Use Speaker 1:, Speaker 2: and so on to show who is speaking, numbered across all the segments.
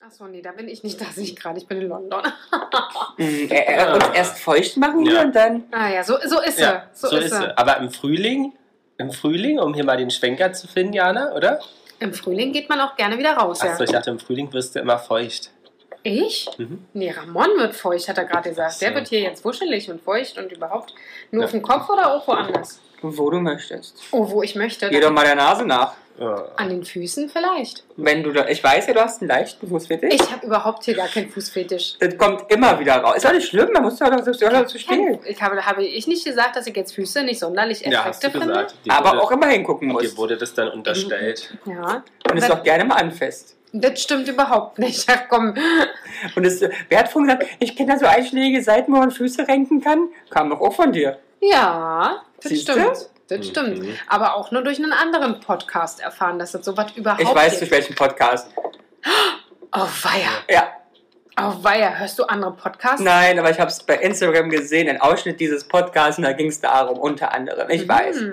Speaker 1: Achso, nee, da bin ich nicht, da sehe ich gerade, ich bin in London.
Speaker 2: Mhm, äh, äh, uns
Speaker 3: Ah.
Speaker 2: erst feucht machen
Speaker 3: Ja.
Speaker 2: wir und dann.
Speaker 1: naja, Ah so, so ist
Speaker 3: Ja,
Speaker 1: sie.
Speaker 3: so, ist sie. Aber im Frühling, im Frühling, um hier mal den Schwenker zu finden, Jana, oder?
Speaker 1: Im Frühling geht man auch gerne wieder raus, ja.
Speaker 3: Achso, ich dachte, im Frühling wirst du immer feucht.
Speaker 1: Ich?
Speaker 3: Mhm.
Speaker 1: Nee, Ramon wird feucht, hat er gerade gesagt. Der
Speaker 3: Ach so.
Speaker 1: wird hier jetzt wuschelig und feucht und überhaupt. Nur
Speaker 3: Ja.
Speaker 1: auf dem Kopf oder auch woanders?
Speaker 2: Wo du möchtest.
Speaker 1: Oh, wo ich möchte.
Speaker 2: Geh doch mal der Nase nach.
Speaker 3: Ja.
Speaker 1: An den Füßen vielleicht.
Speaker 2: Wenn du da, ich weiß ja, du hast einen leichten Fuß, wirklich.
Speaker 1: Ich habe überhaupt hier gar keinen Fußfetisch.
Speaker 2: Das kommt immer wieder raus. Ist doch nicht schlimm, man muss doch dazu so stehen.
Speaker 1: Ich habe, habe ich nicht gesagt, dass ich jetzt Füße nicht sonderlich
Speaker 3: Ja,
Speaker 1: effektiv
Speaker 3: hast du
Speaker 1: finde?
Speaker 3: gesagt. Dir
Speaker 2: Aber
Speaker 3: wurde,
Speaker 2: auch immer hingucken
Speaker 3: Dir
Speaker 2: musst.
Speaker 3: wurde das dann unterstellt.
Speaker 1: Ja,
Speaker 2: Und es doch gerne mal anfasst.
Speaker 1: das stimmt überhaupt nicht. Ach komm,
Speaker 2: Und es, wer hat vorhin gesagt, ich kenne da so Einschläge, Seiten, wo man Füße renken kann? Kam doch auch von dir.
Speaker 1: Ja, das
Speaker 2: Siehst du?
Speaker 1: stimmt. Das
Speaker 2: Hm,
Speaker 3: Mhm.
Speaker 1: stimmt. Aber auch nur durch einen anderen Podcast erfahren, dass das sowas überhaupt
Speaker 2: Ich weiß
Speaker 1: gibt.
Speaker 2: durch welchen Podcast.
Speaker 1: Oh weia.
Speaker 2: Ja,
Speaker 1: Oh weia. Hörst du andere Podcasts?
Speaker 2: nein, aber ich habe es bei Instagram gesehen, ein Ausschnitt dieses Podcasts, und da ging es darum, unter anderem. Ich weiß.
Speaker 1: Mhm.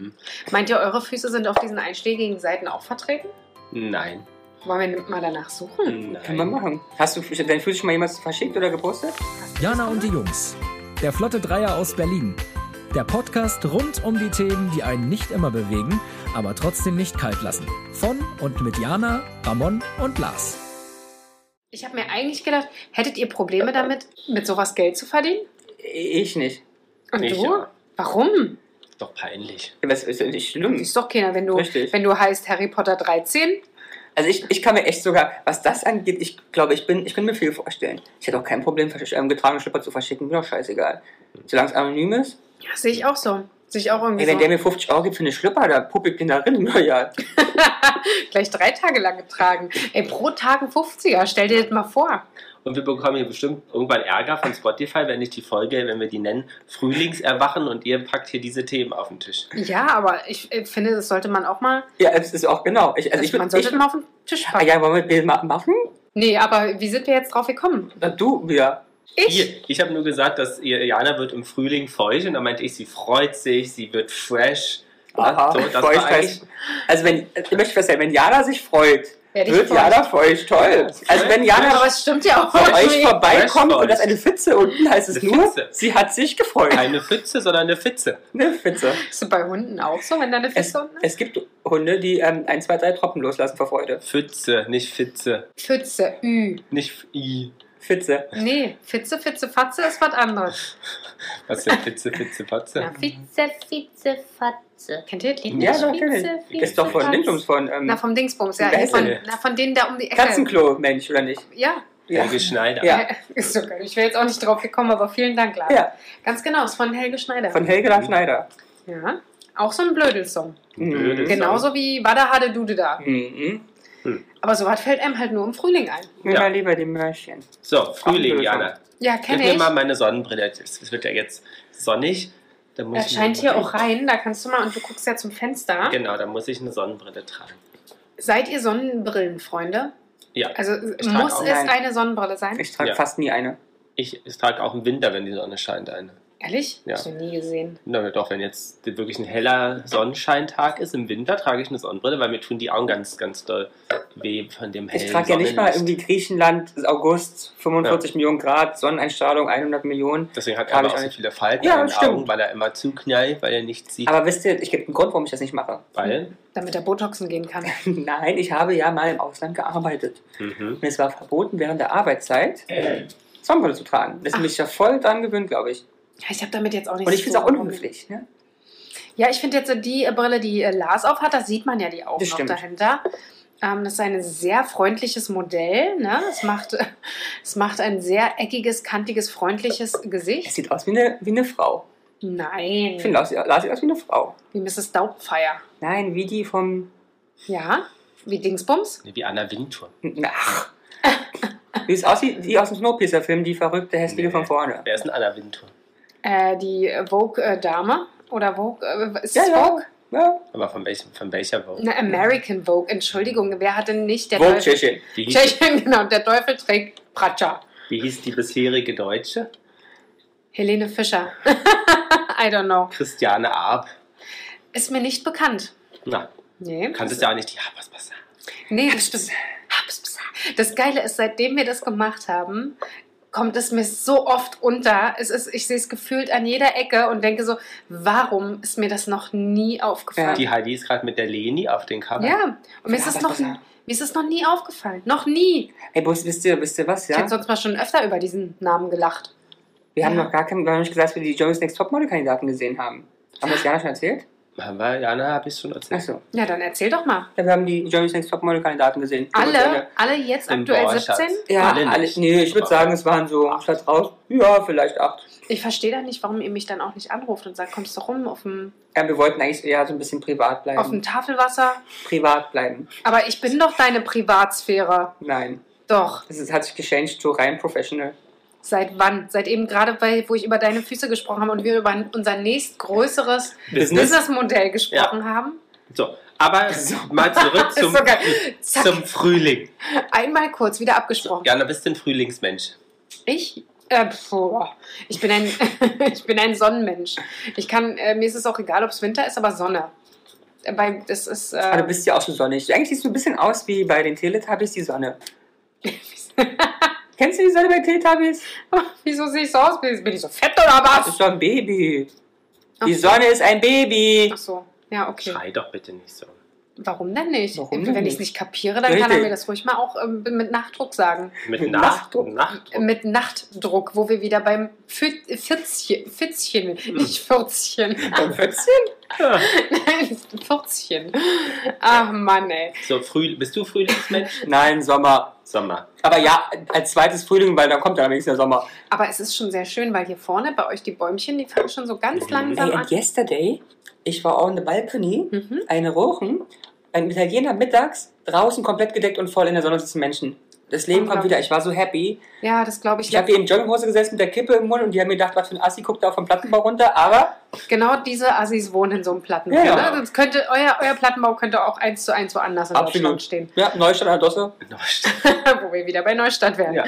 Speaker 3: Mhm.
Speaker 1: Meint ihr, eure Füße sind auf diesen einschlägigen Seiten auch vertreten? Mhm.
Speaker 3: Nein.
Speaker 1: Wollen wir mal danach suchen?
Speaker 2: Kann man
Speaker 3: Nein.
Speaker 2: machen. Hast du dein Fuß schon mal jemals verschickt oder gepostet?
Speaker 4: Jana und die Jungs. Der Flotte Dreier aus Berlin. Der Podcast rund um die Themen, die einen nicht immer bewegen, aber trotzdem nicht kalt lassen. Von und mit Jana, Ramon und Lars.
Speaker 1: Ich habe mir eigentlich gedacht, hättet ihr Probleme damit, mit sowas Geld zu verdienen?
Speaker 2: Ich nicht.
Speaker 1: Und
Speaker 3: Ich,
Speaker 1: du?
Speaker 3: ja.
Speaker 1: Warum?
Speaker 3: Ist Doch peinlich.
Speaker 2: Das ist ja nicht schlimm.
Speaker 1: Ist doch keiner, wenn du,
Speaker 2: Richtig.
Speaker 1: wenn du heißt Harry Potter 13.
Speaker 2: Also ich, ich kann mir echt sogar, was das angeht, ich glaube, ich bin, ich bin mir viel vorstellen. Ich hätte auch kein Problem, versch- ähm, getragene Schlipper zu verschicken, mir doch scheißegal. Solange es anonym ist.
Speaker 1: Ja, sehe ich auch so. Sehe ich auch irgendwie
Speaker 2: Ey, wenn der
Speaker 1: so.
Speaker 2: mir 50 Euro gibt für eine Schlipper, da puppe ich den da drin. Na ja.
Speaker 1: Gleich drei Tage lang getragen. Ey, pro Tag ein 50er. Stell dir das mal vor.
Speaker 3: Und wir bekommen hier bestimmt irgendwann Ärger von Spotify, wenn ich die Folge, wenn wir die nennen, Frühlingserwachen und ihr packt hier diese Themen auf den Tisch.
Speaker 1: Ja, aber ich äh, finde, das sollte man auch mal.
Speaker 2: ja, es ist auch genau. Ich, also
Speaker 1: Also
Speaker 2: ich, bin-
Speaker 1: man sollte
Speaker 2: ich,
Speaker 1: das mal auf den Tisch
Speaker 2: Ah
Speaker 1: packen.
Speaker 2: ja, wollen wir Bild ma- machen?
Speaker 1: Nee, aber wie sind wir jetzt drauf gekommen?
Speaker 2: Na, du, ja.
Speaker 1: Ich?
Speaker 3: Hier, ich habe nur gesagt, dass ihr- Jana wird im Frühling feucht und da meinte ich, sie freut sich, sie wird fresh.
Speaker 2: Aha,
Speaker 3: so, das war
Speaker 2: feucht
Speaker 3: eigentlich-
Speaker 2: heißt, also wenn, ich möchte feststellen, wenn Jana sich freut,
Speaker 1: Werd ich
Speaker 2: wird
Speaker 1: feucht.
Speaker 2: Jana feucht, toll. Also wenn
Speaker 1: aber
Speaker 2: Jana
Speaker 1: es stimmt ja auch.
Speaker 2: bei euch vorbeikommt
Speaker 3: Fresh
Speaker 2: und das eine Fitze unten, heißt es
Speaker 3: Eine
Speaker 2: nur,
Speaker 3: Fitze.
Speaker 2: sie hat sich gefreut.
Speaker 3: Keine Pfütze, sondern eine Fitze.
Speaker 2: Eine Fitze.
Speaker 1: Ist das bei Hunden auch so, wenn da eine
Speaker 2: Ne, Es,
Speaker 1: Füße unten ist?
Speaker 2: es gibt Hunde, die ähm, ein, zwei, drei Tropfen loslassen vor Freude.
Speaker 3: Pfütze, nicht Fitze.
Speaker 1: Pfütze, Ü.
Speaker 3: Nicht F- I.
Speaker 2: Fitze.
Speaker 1: Nee, Fitze, Fitze, Fatze ist was anderes.
Speaker 3: Was denn Fitze, Fitze, Patze?
Speaker 1: Ja, Fi-
Speaker 5: Fitze, Fitze, Fatze.
Speaker 1: Kennt ihr das Lied?
Speaker 3: Ja,
Speaker 1: nicht?
Speaker 2: doch,
Speaker 1: Fitze,
Speaker 2: kenn ich.
Speaker 1: Fitze,
Speaker 2: Ist doch von
Speaker 1: Fatze.
Speaker 2: Lindums, von ähm,
Speaker 1: Na, vom Dingsbums, ja.
Speaker 2: Wer
Speaker 1: hier
Speaker 2: ist
Speaker 1: Von,
Speaker 3: denn?
Speaker 1: na, von denen da um die Ecke.
Speaker 2: Katzenklo-Mensch, oder nicht?
Speaker 1: Ja.
Speaker 3: Der Geschneider.
Speaker 2: Ja.
Speaker 1: Ist so geil. Ich wäre jetzt auch nicht drauf gekommen, aber vielen Dank, Lara.
Speaker 2: Ja,
Speaker 1: Ganz genau, ist von Helge Schneider.
Speaker 2: von Helge La Schneider.
Speaker 1: ja. Auch so ein Blödelsong.
Speaker 3: Blödes
Speaker 2: Mhm.
Speaker 1: Genauso wie Wada Hade Dude da.
Speaker 2: Mhm.
Speaker 1: Aber sowas fällt einem halt nur im Frühling ein.
Speaker 2: Mir
Speaker 3: Ja.
Speaker 2: war lieber die Mörchen.
Speaker 3: So, Frühling,
Speaker 2: Ach,
Speaker 3: Jana.
Speaker 1: Ja,
Speaker 3: Gib
Speaker 1: kenne
Speaker 3: mir
Speaker 1: ich.
Speaker 3: mal meine Sonnenbrille. Es es wird ja jetzt sonnig. Da muss
Speaker 1: Das
Speaker 3: ich
Speaker 1: scheint
Speaker 3: mir-
Speaker 1: hier auch rein. Da kannst du mal, und du guckst ja zum
Speaker 2: ne?
Speaker 1: Fenster.
Speaker 3: Genau, da muss ich eine Sonnenbrille tragen.
Speaker 1: Seid ihr Sonnenbrillenfreunde?
Speaker 3: Ja,
Speaker 1: Also
Speaker 3: trage
Speaker 1: muss
Speaker 3: auch
Speaker 1: es
Speaker 2: eine.
Speaker 1: eine Sonnenbrille sein?
Speaker 2: Ich trage
Speaker 3: Ja.
Speaker 2: fast nie eine.
Speaker 3: ich, ich trage auch im Winter, wenn die Sonne scheint, eine.
Speaker 1: Ehrlich?
Speaker 3: Ja.
Speaker 1: Hast du nie gesehen.
Speaker 3: Na, doch, wenn jetzt wirklich ein heller Sonnenscheintag ist im Winter, trage ich eine Sonnenbrille, weil mir tun die Augen ganz, ganz doll weh von dem hellen
Speaker 2: Ich trage ja nicht mal
Speaker 3: Sonnenlicht.
Speaker 2: irgendwie Griechenland, ist August, 45 Millionen Grad, Sonneneinstrahlung, 100 Millionen.
Speaker 3: Deswegen hat
Speaker 2: Trage
Speaker 3: er aber
Speaker 2: ich
Speaker 3: auch
Speaker 2: auch
Speaker 3: so
Speaker 2: nicht.
Speaker 3: viele Falten
Speaker 2: Ja,
Speaker 3: in den
Speaker 2: stimmt.
Speaker 3: Augen, weil er immer zuknallt, weil er nichts sieht.
Speaker 2: Aber wisst ihr, ich gebe einen Grund, warum ich das nicht mache.
Speaker 3: weil,
Speaker 1: Damit er Botoxen gehen kann.
Speaker 2: Nein, ich habe ja mal im Ausland gearbeitet.
Speaker 3: mhm.
Speaker 2: Und es war verboten, während der Arbeitszeit
Speaker 3: Äh.
Speaker 2: Sonnenbrille zu tragen. Das ist mich ja voll dran gewöhnt, glaube ich.
Speaker 1: Ja, ich habe damit jetzt auch nicht
Speaker 2: Und ich finde es
Speaker 1: so-
Speaker 2: auch unhöflich. Ne?
Speaker 1: Ja, ich finde jetzt so die äh, Brille, die äh, Lars aufhat, da sieht man ja die Augen
Speaker 2: Das
Speaker 1: noch
Speaker 2: stimmt.
Speaker 1: dahinter. Ähm, das ist ein sehr freundliches Modell. Ne? Es, macht, es macht ein sehr eckiges, kantiges, freundliches
Speaker 2: Es
Speaker 1: Gesicht.
Speaker 2: sieht aus wie eine, wie eine Frau.
Speaker 1: Nein.
Speaker 2: Ich finde, Lars Lars sieht aus wie eine Frau.
Speaker 1: Wie Mrs. Daubfire.
Speaker 2: Nein, wie die vom.
Speaker 1: Ja, wie Dingsbums.
Speaker 3: Nee, wie Anna Wintour.
Speaker 2: Ach. Wie es aussieht, die aus dem Snowpiercer-Film, die verrückte, hässliche
Speaker 3: Nee.
Speaker 2: von vorne.
Speaker 3: Wer ist denn Anna Wintour?
Speaker 1: Äh, die äh, Vogue-Dame. Oder Vogue. Äh, ist es
Speaker 2: ja.
Speaker 1: Vogue?
Speaker 2: ja.
Speaker 3: Aber von, welchem, von welcher Woche?
Speaker 1: Na, American Vogue. Entschuldigung, wer hat denn nicht der
Speaker 2: Vogue
Speaker 1: Teufel?
Speaker 2: Tschechien.
Speaker 3: Wie hieß,
Speaker 1: Tschechien, genau. Der Teufel trägt Pratscha.
Speaker 3: wie hieß die bisherige Deutsche?
Speaker 1: Helene Fischer. I don't know.
Speaker 3: Christiane Arp.
Speaker 1: Ist mir nicht bekannt.
Speaker 3: Na,
Speaker 1: Nee.
Speaker 3: kanntest ja auch nicht die Habers
Speaker 1: Nee, das ist. Habs- Das Geile ist, seitdem wir das gemacht haben, kommt es mir so oft unter. Es ist, ich sehe es gefühlt an jeder Ecke und denke so, warum ist mir das noch nie aufgefallen?
Speaker 3: Die Heidi ist gerade mit der Leni auf den Cover.
Speaker 1: Ja, und mir ist,
Speaker 2: Ja,
Speaker 1: es
Speaker 2: das
Speaker 1: noch,
Speaker 2: ist
Speaker 1: mir
Speaker 2: ja-
Speaker 1: ist es noch nie aufgefallen. Noch nie.
Speaker 2: Hey, Bus, wisst ihr, wisst ihr was,
Speaker 1: Ich
Speaker 2: ja?
Speaker 1: habe sonst mal schon öfter über diesen Namen gelacht.
Speaker 2: Wir haben
Speaker 1: Ja.
Speaker 2: noch gar keinen, wir haben nicht gesagt, dass wir die Jonas Next Topmodel-Kandidaten gesehen haben. Haben wir es Jana schon erzählt?
Speaker 3: Haben wir, Jana, habe ich schon erzählt.
Speaker 2: Achso.
Speaker 1: Ja, dann erzähl doch mal.
Speaker 2: Ja, wir haben die Jonas Next Topmodel-Kandidaten gesehen.
Speaker 1: Alle, alle jetzt
Speaker 3: Im
Speaker 1: aktuell
Speaker 3: Bauer,
Speaker 1: 17?
Speaker 3: Schatz.
Speaker 2: Ja,
Speaker 3: Alle
Speaker 2: alle.
Speaker 3: nicht.
Speaker 2: nee, ich würde
Speaker 3: Aber-
Speaker 2: sagen, es waren so, statt raus, ja, vielleicht acht.
Speaker 1: Ich verstehe da nicht, warum ihr mich dann auch nicht anruft und sagt, kommst du rum auf dem,
Speaker 2: Ja, wir wollten eigentlich eher so ein bisschen privat
Speaker 3: Ähm.
Speaker 2: bleiben.
Speaker 1: auf dem Tafelwasser?
Speaker 2: privat bleiben.
Speaker 1: Aber ich bin doch deine Privatsphäre.
Speaker 2: Nein.
Speaker 1: Doch.
Speaker 2: Es ist- hat sich gechanged zu rein professional.
Speaker 1: Seit wann? Seit eben gerade, bei, wo ich über deine Füße gesprochen habe und wir über unser nächstgrößeres
Speaker 3: Business.
Speaker 1: Businessmodell gesprochen haben.
Speaker 3: So, aber mal zurück
Speaker 1: Ist
Speaker 3: zum,
Speaker 1: so geil. Zack.
Speaker 3: zum Frühling.
Speaker 1: Einmal kurz wieder abgesprochen.
Speaker 3: Jana, bist du ein Frühlingsmensch?
Speaker 1: Ich? Äh, pf, boah. ich, bin ein, ich bin ein Sonnenmensch. Ich kann, äh, mir ist es auch egal, ob es Winter ist, aber Sonne. Äh, Bei, das ist. Äh,
Speaker 2: Aber Ah, du bist ja auch so sonnig. Eigentlich siehst du ein bisschen aus wie bei den Teletubbies die Sonne. Kennst du die Sonne bei Teletubbies?
Speaker 1: wieso sehe ich so aus? Bin bin ich so fett oder
Speaker 2: Das
Speaker 1: was?
Speaker 2: ist doch ein Baby.
Speaker 1: Ach
Speaker 2: Die
Speaker 1: so.
Speaker 2: Sonne ist ein Baby.
Speaker 1: Ach so. Ja, okay.
Speaker 3: Schrei doch bitte nicht so.
Speaker 1: Warum denn nicht?
Speaker 2: Warum denn
Speaker 1: Wenn ich es
Speaker 2: nicht?
Speaker 1: nicht kapiere, dann kann er
Speaker 2: Richtig.
Speaker 1: mir das ruhig mal auch ähm, mit Nachdruck sagen.
Speaker 3: Mit
Speaker 2: Mit
Speaker 3: Nacht
Speaker 2: Nachtdruck.
Speaker 3: und Nachtdruck.
Speaker 1: Mit Nachtdruck, wo wir wieder beim Fü- Fitzchen, Fitzchen,
Speaker 2: Hm.
Speaker 1: nicht Fürzchen,
Speaker 3: Ja.
Speaker 1: nein, Fürzchen. Ach Mann, ey.
Speaker 3: So, Früh, bist du Frühlingsmensch?
Speaker 2: Nein, Sommer.
Speaker 3: Sommer.
Speaker 2: Aber ja, als zweites Frühling, weil dann kommt dann wenigstens der Sommer.
Speaker 1: Aber es ist schon sehr schön, weil hier vorne bei euch die Bäumchen, die fangen schon so ganz
Speaker 3: Mhm.
Speaker 1: langsam
Speaker 2: Ey,
Speaker 1: an.
Speaker 2: und yesterday, ich war on the balcony,
Speaker 1: Mhm.
Speaker 2: eine Rochen, ein Italiener mittags, draußen komplett gedeckt und voll in der Sonne sitzen Menschen. Das Leben kommt wieder. Ich war so happy.
Speaker 1: Ja, das glaube ich.
Speaker 2: Ich habe hier in Jogginghose gesessen mit der Kippe im Mund und die haben mir gedacht, was für ein Assi guckt da vom Plattenbau runter. Aber
Speaker 1: Genau diese Assis wohnen in so einem Plattenbau.
Speaker 2: Ja.
Speaker 1: Ne? Das könnte, euer, euer Plattenbau könnte auch eins zu eins woanders in
Speaker 2: Absolut.
Speaker 1: Deutschland stehen.
Speaker 2: ja, Neustadt an der Dosse.
Speaker 3: Neustadt.
Speaker 1: Wo wir wieder bei Neustadt wären.
Speaker 3: Ja.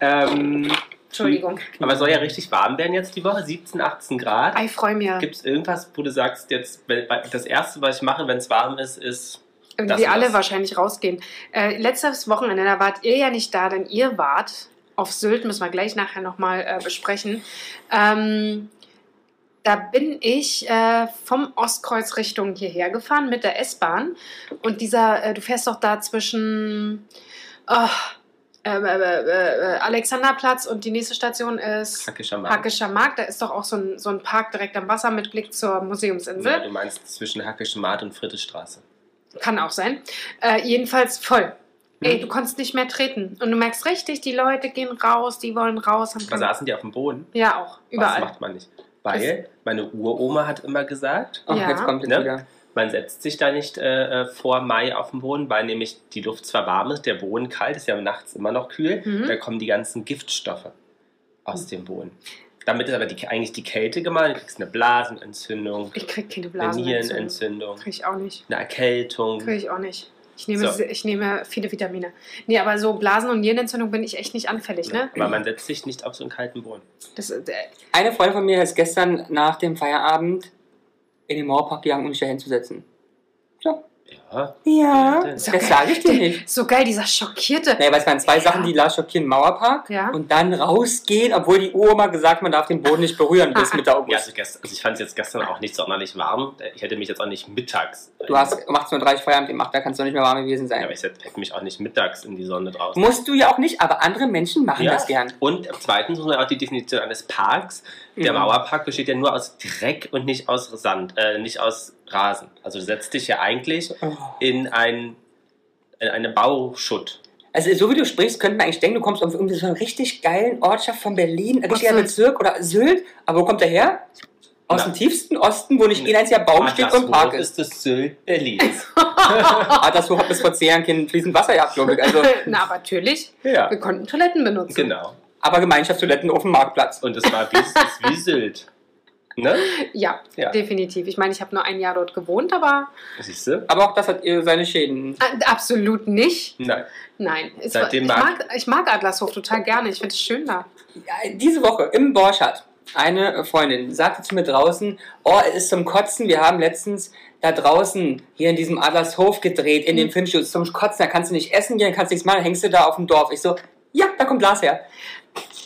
Speaker 3: Ähm,
Speaker 1: Entschuldigung.
Speaker 3: aber es soll ja richtig warm werden jetzt die Woche, 17, 18 Grad.
Speaker 1: Ich freue mich.
Speaker 3: Gibt es irgendwas, wo du sagst, jetzt weil- weil das Erste, was ich mache, wenn es warm ist, ist... Das
Speaker 1: wir
Speaker 3: und
Speaker 1: alle
Speaker 3: das.
Speaker 1: wahrscheinlich rausgehen. Äh, letztes Wochenende, da wart ihr ja nicht da, denn ihr wart auf Sylt, müssen wir gleich nachher nochmal äh, besprechen. Ähm, da bin ich äh, vom Ostkreuz Richtung hierher gefahren mit der S-Bahn. Und dieser, äh, du fährst doch da zwischen ah, äh, äh, äh, Alexanderplatz und die nächste Station ist
Speaker 3: Hackischer Markt.
Speaker 1: Hackischer Markt. Da ist doch auch so ein, so ein Park direkt am Wasser mit Blick zur Museumsinsel.
Speaker 3: Ja, du meinst zwischen Hackischem Markt und Friedrichstraße.
Speaker 1: Mhm. Kann auch sein. Äh, jedenfalls voll. Ey,
Speaker 3: Mhm.
Speaker 1: du konntest nicht mehr treten. Und du merkst richtig, die Leute gehen raus, die wollen raus. Haben
Speaker 3: Da
Speaker 1: keinen-
Speaker 3: saßen die auf dem Boden.
Speaker 1: ja, auch.
Speaker 3: Das
Speaker 1: Überall.
Speaker 3: Also, macht man nicht. Weil meine Uroma hat immer gesagt,
Speaker 2: Ach,
Speaker 1: Ja.
Speaker 2: jetzt kommt jetzt
Speaker 3: Ne?
Speaker 2: wieder.
Speaker 3: Man setzt sich da nicht äh, äh, vor Mai auf den Boden, weil nämlich die Luft zwar warm ist, der Boden kalt ist, ja nachts immer noch kühl,
Speaker 1: Mhm.
Speaker 3: da kommen die ganzen Giftstoffe aus dem Boden. Damit ist aber die, eigentlich die Kälte gemeint, du kriegst eine Blasenentzündung,
Speaker 1: Ich krieg keine
Speaker 3: eine
Speaker 1: Blasenentzündung.
Speaker 3: Nierenentzündung,
Speaker 1: Krieg ich auch nicht.
Speaker 3: eine Erkältung.
Speaker 1: Krieg ich auch nicht. Ich nehme,
Speaker 3: So.
Speaker 1: se- ich nehme viele Vitamine. Nee, aber so Blasen- und Nierenentzündung bin ich echt nicht anfällig, ne?
Speaker 3: Aber man setzt sich nicht auf so einen kalten Boden.
Speaker 1: Das, äh,
Speaker 2: Eine Freundin von mir ist gestern nach dem Feierabend in den Mauerpark gegangen, um sich da hinzusetzen.
Speaker 3: Ja,
Speaker 2: Ja.
Speaker 3: Ja,
Speaker 2: Das sage ich dir nicht.
Speaker 1: so geil, dieser schockierte.
Speaker 2: Naja, weil es waren zwei Sachen, die Lars schockieren. Mauerpark
Speaker 1: Ja.
Speaker 2: und dann rausgehen, obwohl die Uroma gesagt hat, man darf den Boden nicht berühren bis Mitte
Speaker 3: ja
Speaker 2: August.
Speaker 3: also, gest- also ich fand es jetzt gestern auch nicht sonderlich warm. Ich hätte mich jetzt auch nicht mittags.
Speaker 2: Du hast um 18.30 Uhr Feierabend gemacht, da kannst du nicht mehr warm gewesen
Speaker 3: Ja, aber
Speaker 2: sein.
Speaker 3: ich hätte mich auch nicht mittags in die Sonne draußen.
Speaker 2: Musst du ja auch nicht, aber andere Menschen machen
Speaker 3: Ja.
Speaker 2: das gern.
Speaker 3: Und zweitens muss man auch die Definition eines Parks. Der
Speaker 2: Mhm.
Speaker 3: Mauerpark besteht ja nur aus Dreck und nicht aus Sand, äh, nicht aus Rasen. Also du setzt dich ja eigentlich
Speaker 2: Oh.
Speaker 3: in ein in eine Bauschutt.
Speaker 2: Also so wie du sprichst, könnte man eigentlich denken, du kommst auf irgendwie so einen richtig geilen Ortschaft von Berlin, ein
Speaker 1: Aus
Speaker 2: richtiger
Speaker 1: Sylt.
Speaker 2: Bezirk oder Sylt. Aber wo kommt der her? Aus
Speaker 3: Na.
Speaker 2: dem tiefsten Osten, wo nicht
Speaker 3: Nee.
Speaker 2: ein einziger Baum steht und ein Park
Speaker 3: Adlershof
Speaker 2: ist.
Speaker 3: ist das Sylt Berlins.
Speaker 2: Ah, das hat bis vor zehn Jahren kein fließend Wasser gehabt, glaube ich. Also,
Speaker 1: Na, aber natürlich.
Speaker 3: ja,
Speaker 1: Wir konnten Toiletten benutzen.
Speaker 3: genau.
Speaker 2: aber Gemeinschaftstoiletten auf dem Marktplatz.
Speaker 3: Und es war wie, es ist wie Sylt. Ne?
Speaker 1: Ja,
Speaker 3: Ja.
Speaker 1: definitiv. Ich meine, ich habe nur ein Jahr dort gewohnt, aber
Speaker 3: Siehst du?
Speaker 2: Aber auch das hat ihr seine Schäden.
Speaker 1: äh, absolut nicht.
Speaker 3: Nein.
Speaker 1: Nein, es war, ich,
Speaker 3: Seitdem
Speaker 1: mag, ich mag Adlershof total gerne. Ich finde es schön da.
Speaker 2: Ja, diese Woche Äh, im Borschat eine Freundin sagte zu mir draußen, oh, es ist zum Kotzen, wir haben letztens da draußen hier in diesem Adlershof gedreht, in
Speaker 1: Mhm.
Speaker 2: den Finchus, Es ist zum Kotzen, da kannst du nicht essen gehen, kannst nichts machen, hängst du da auf dem Dorf. Ich so, ja, da kommt Lars her.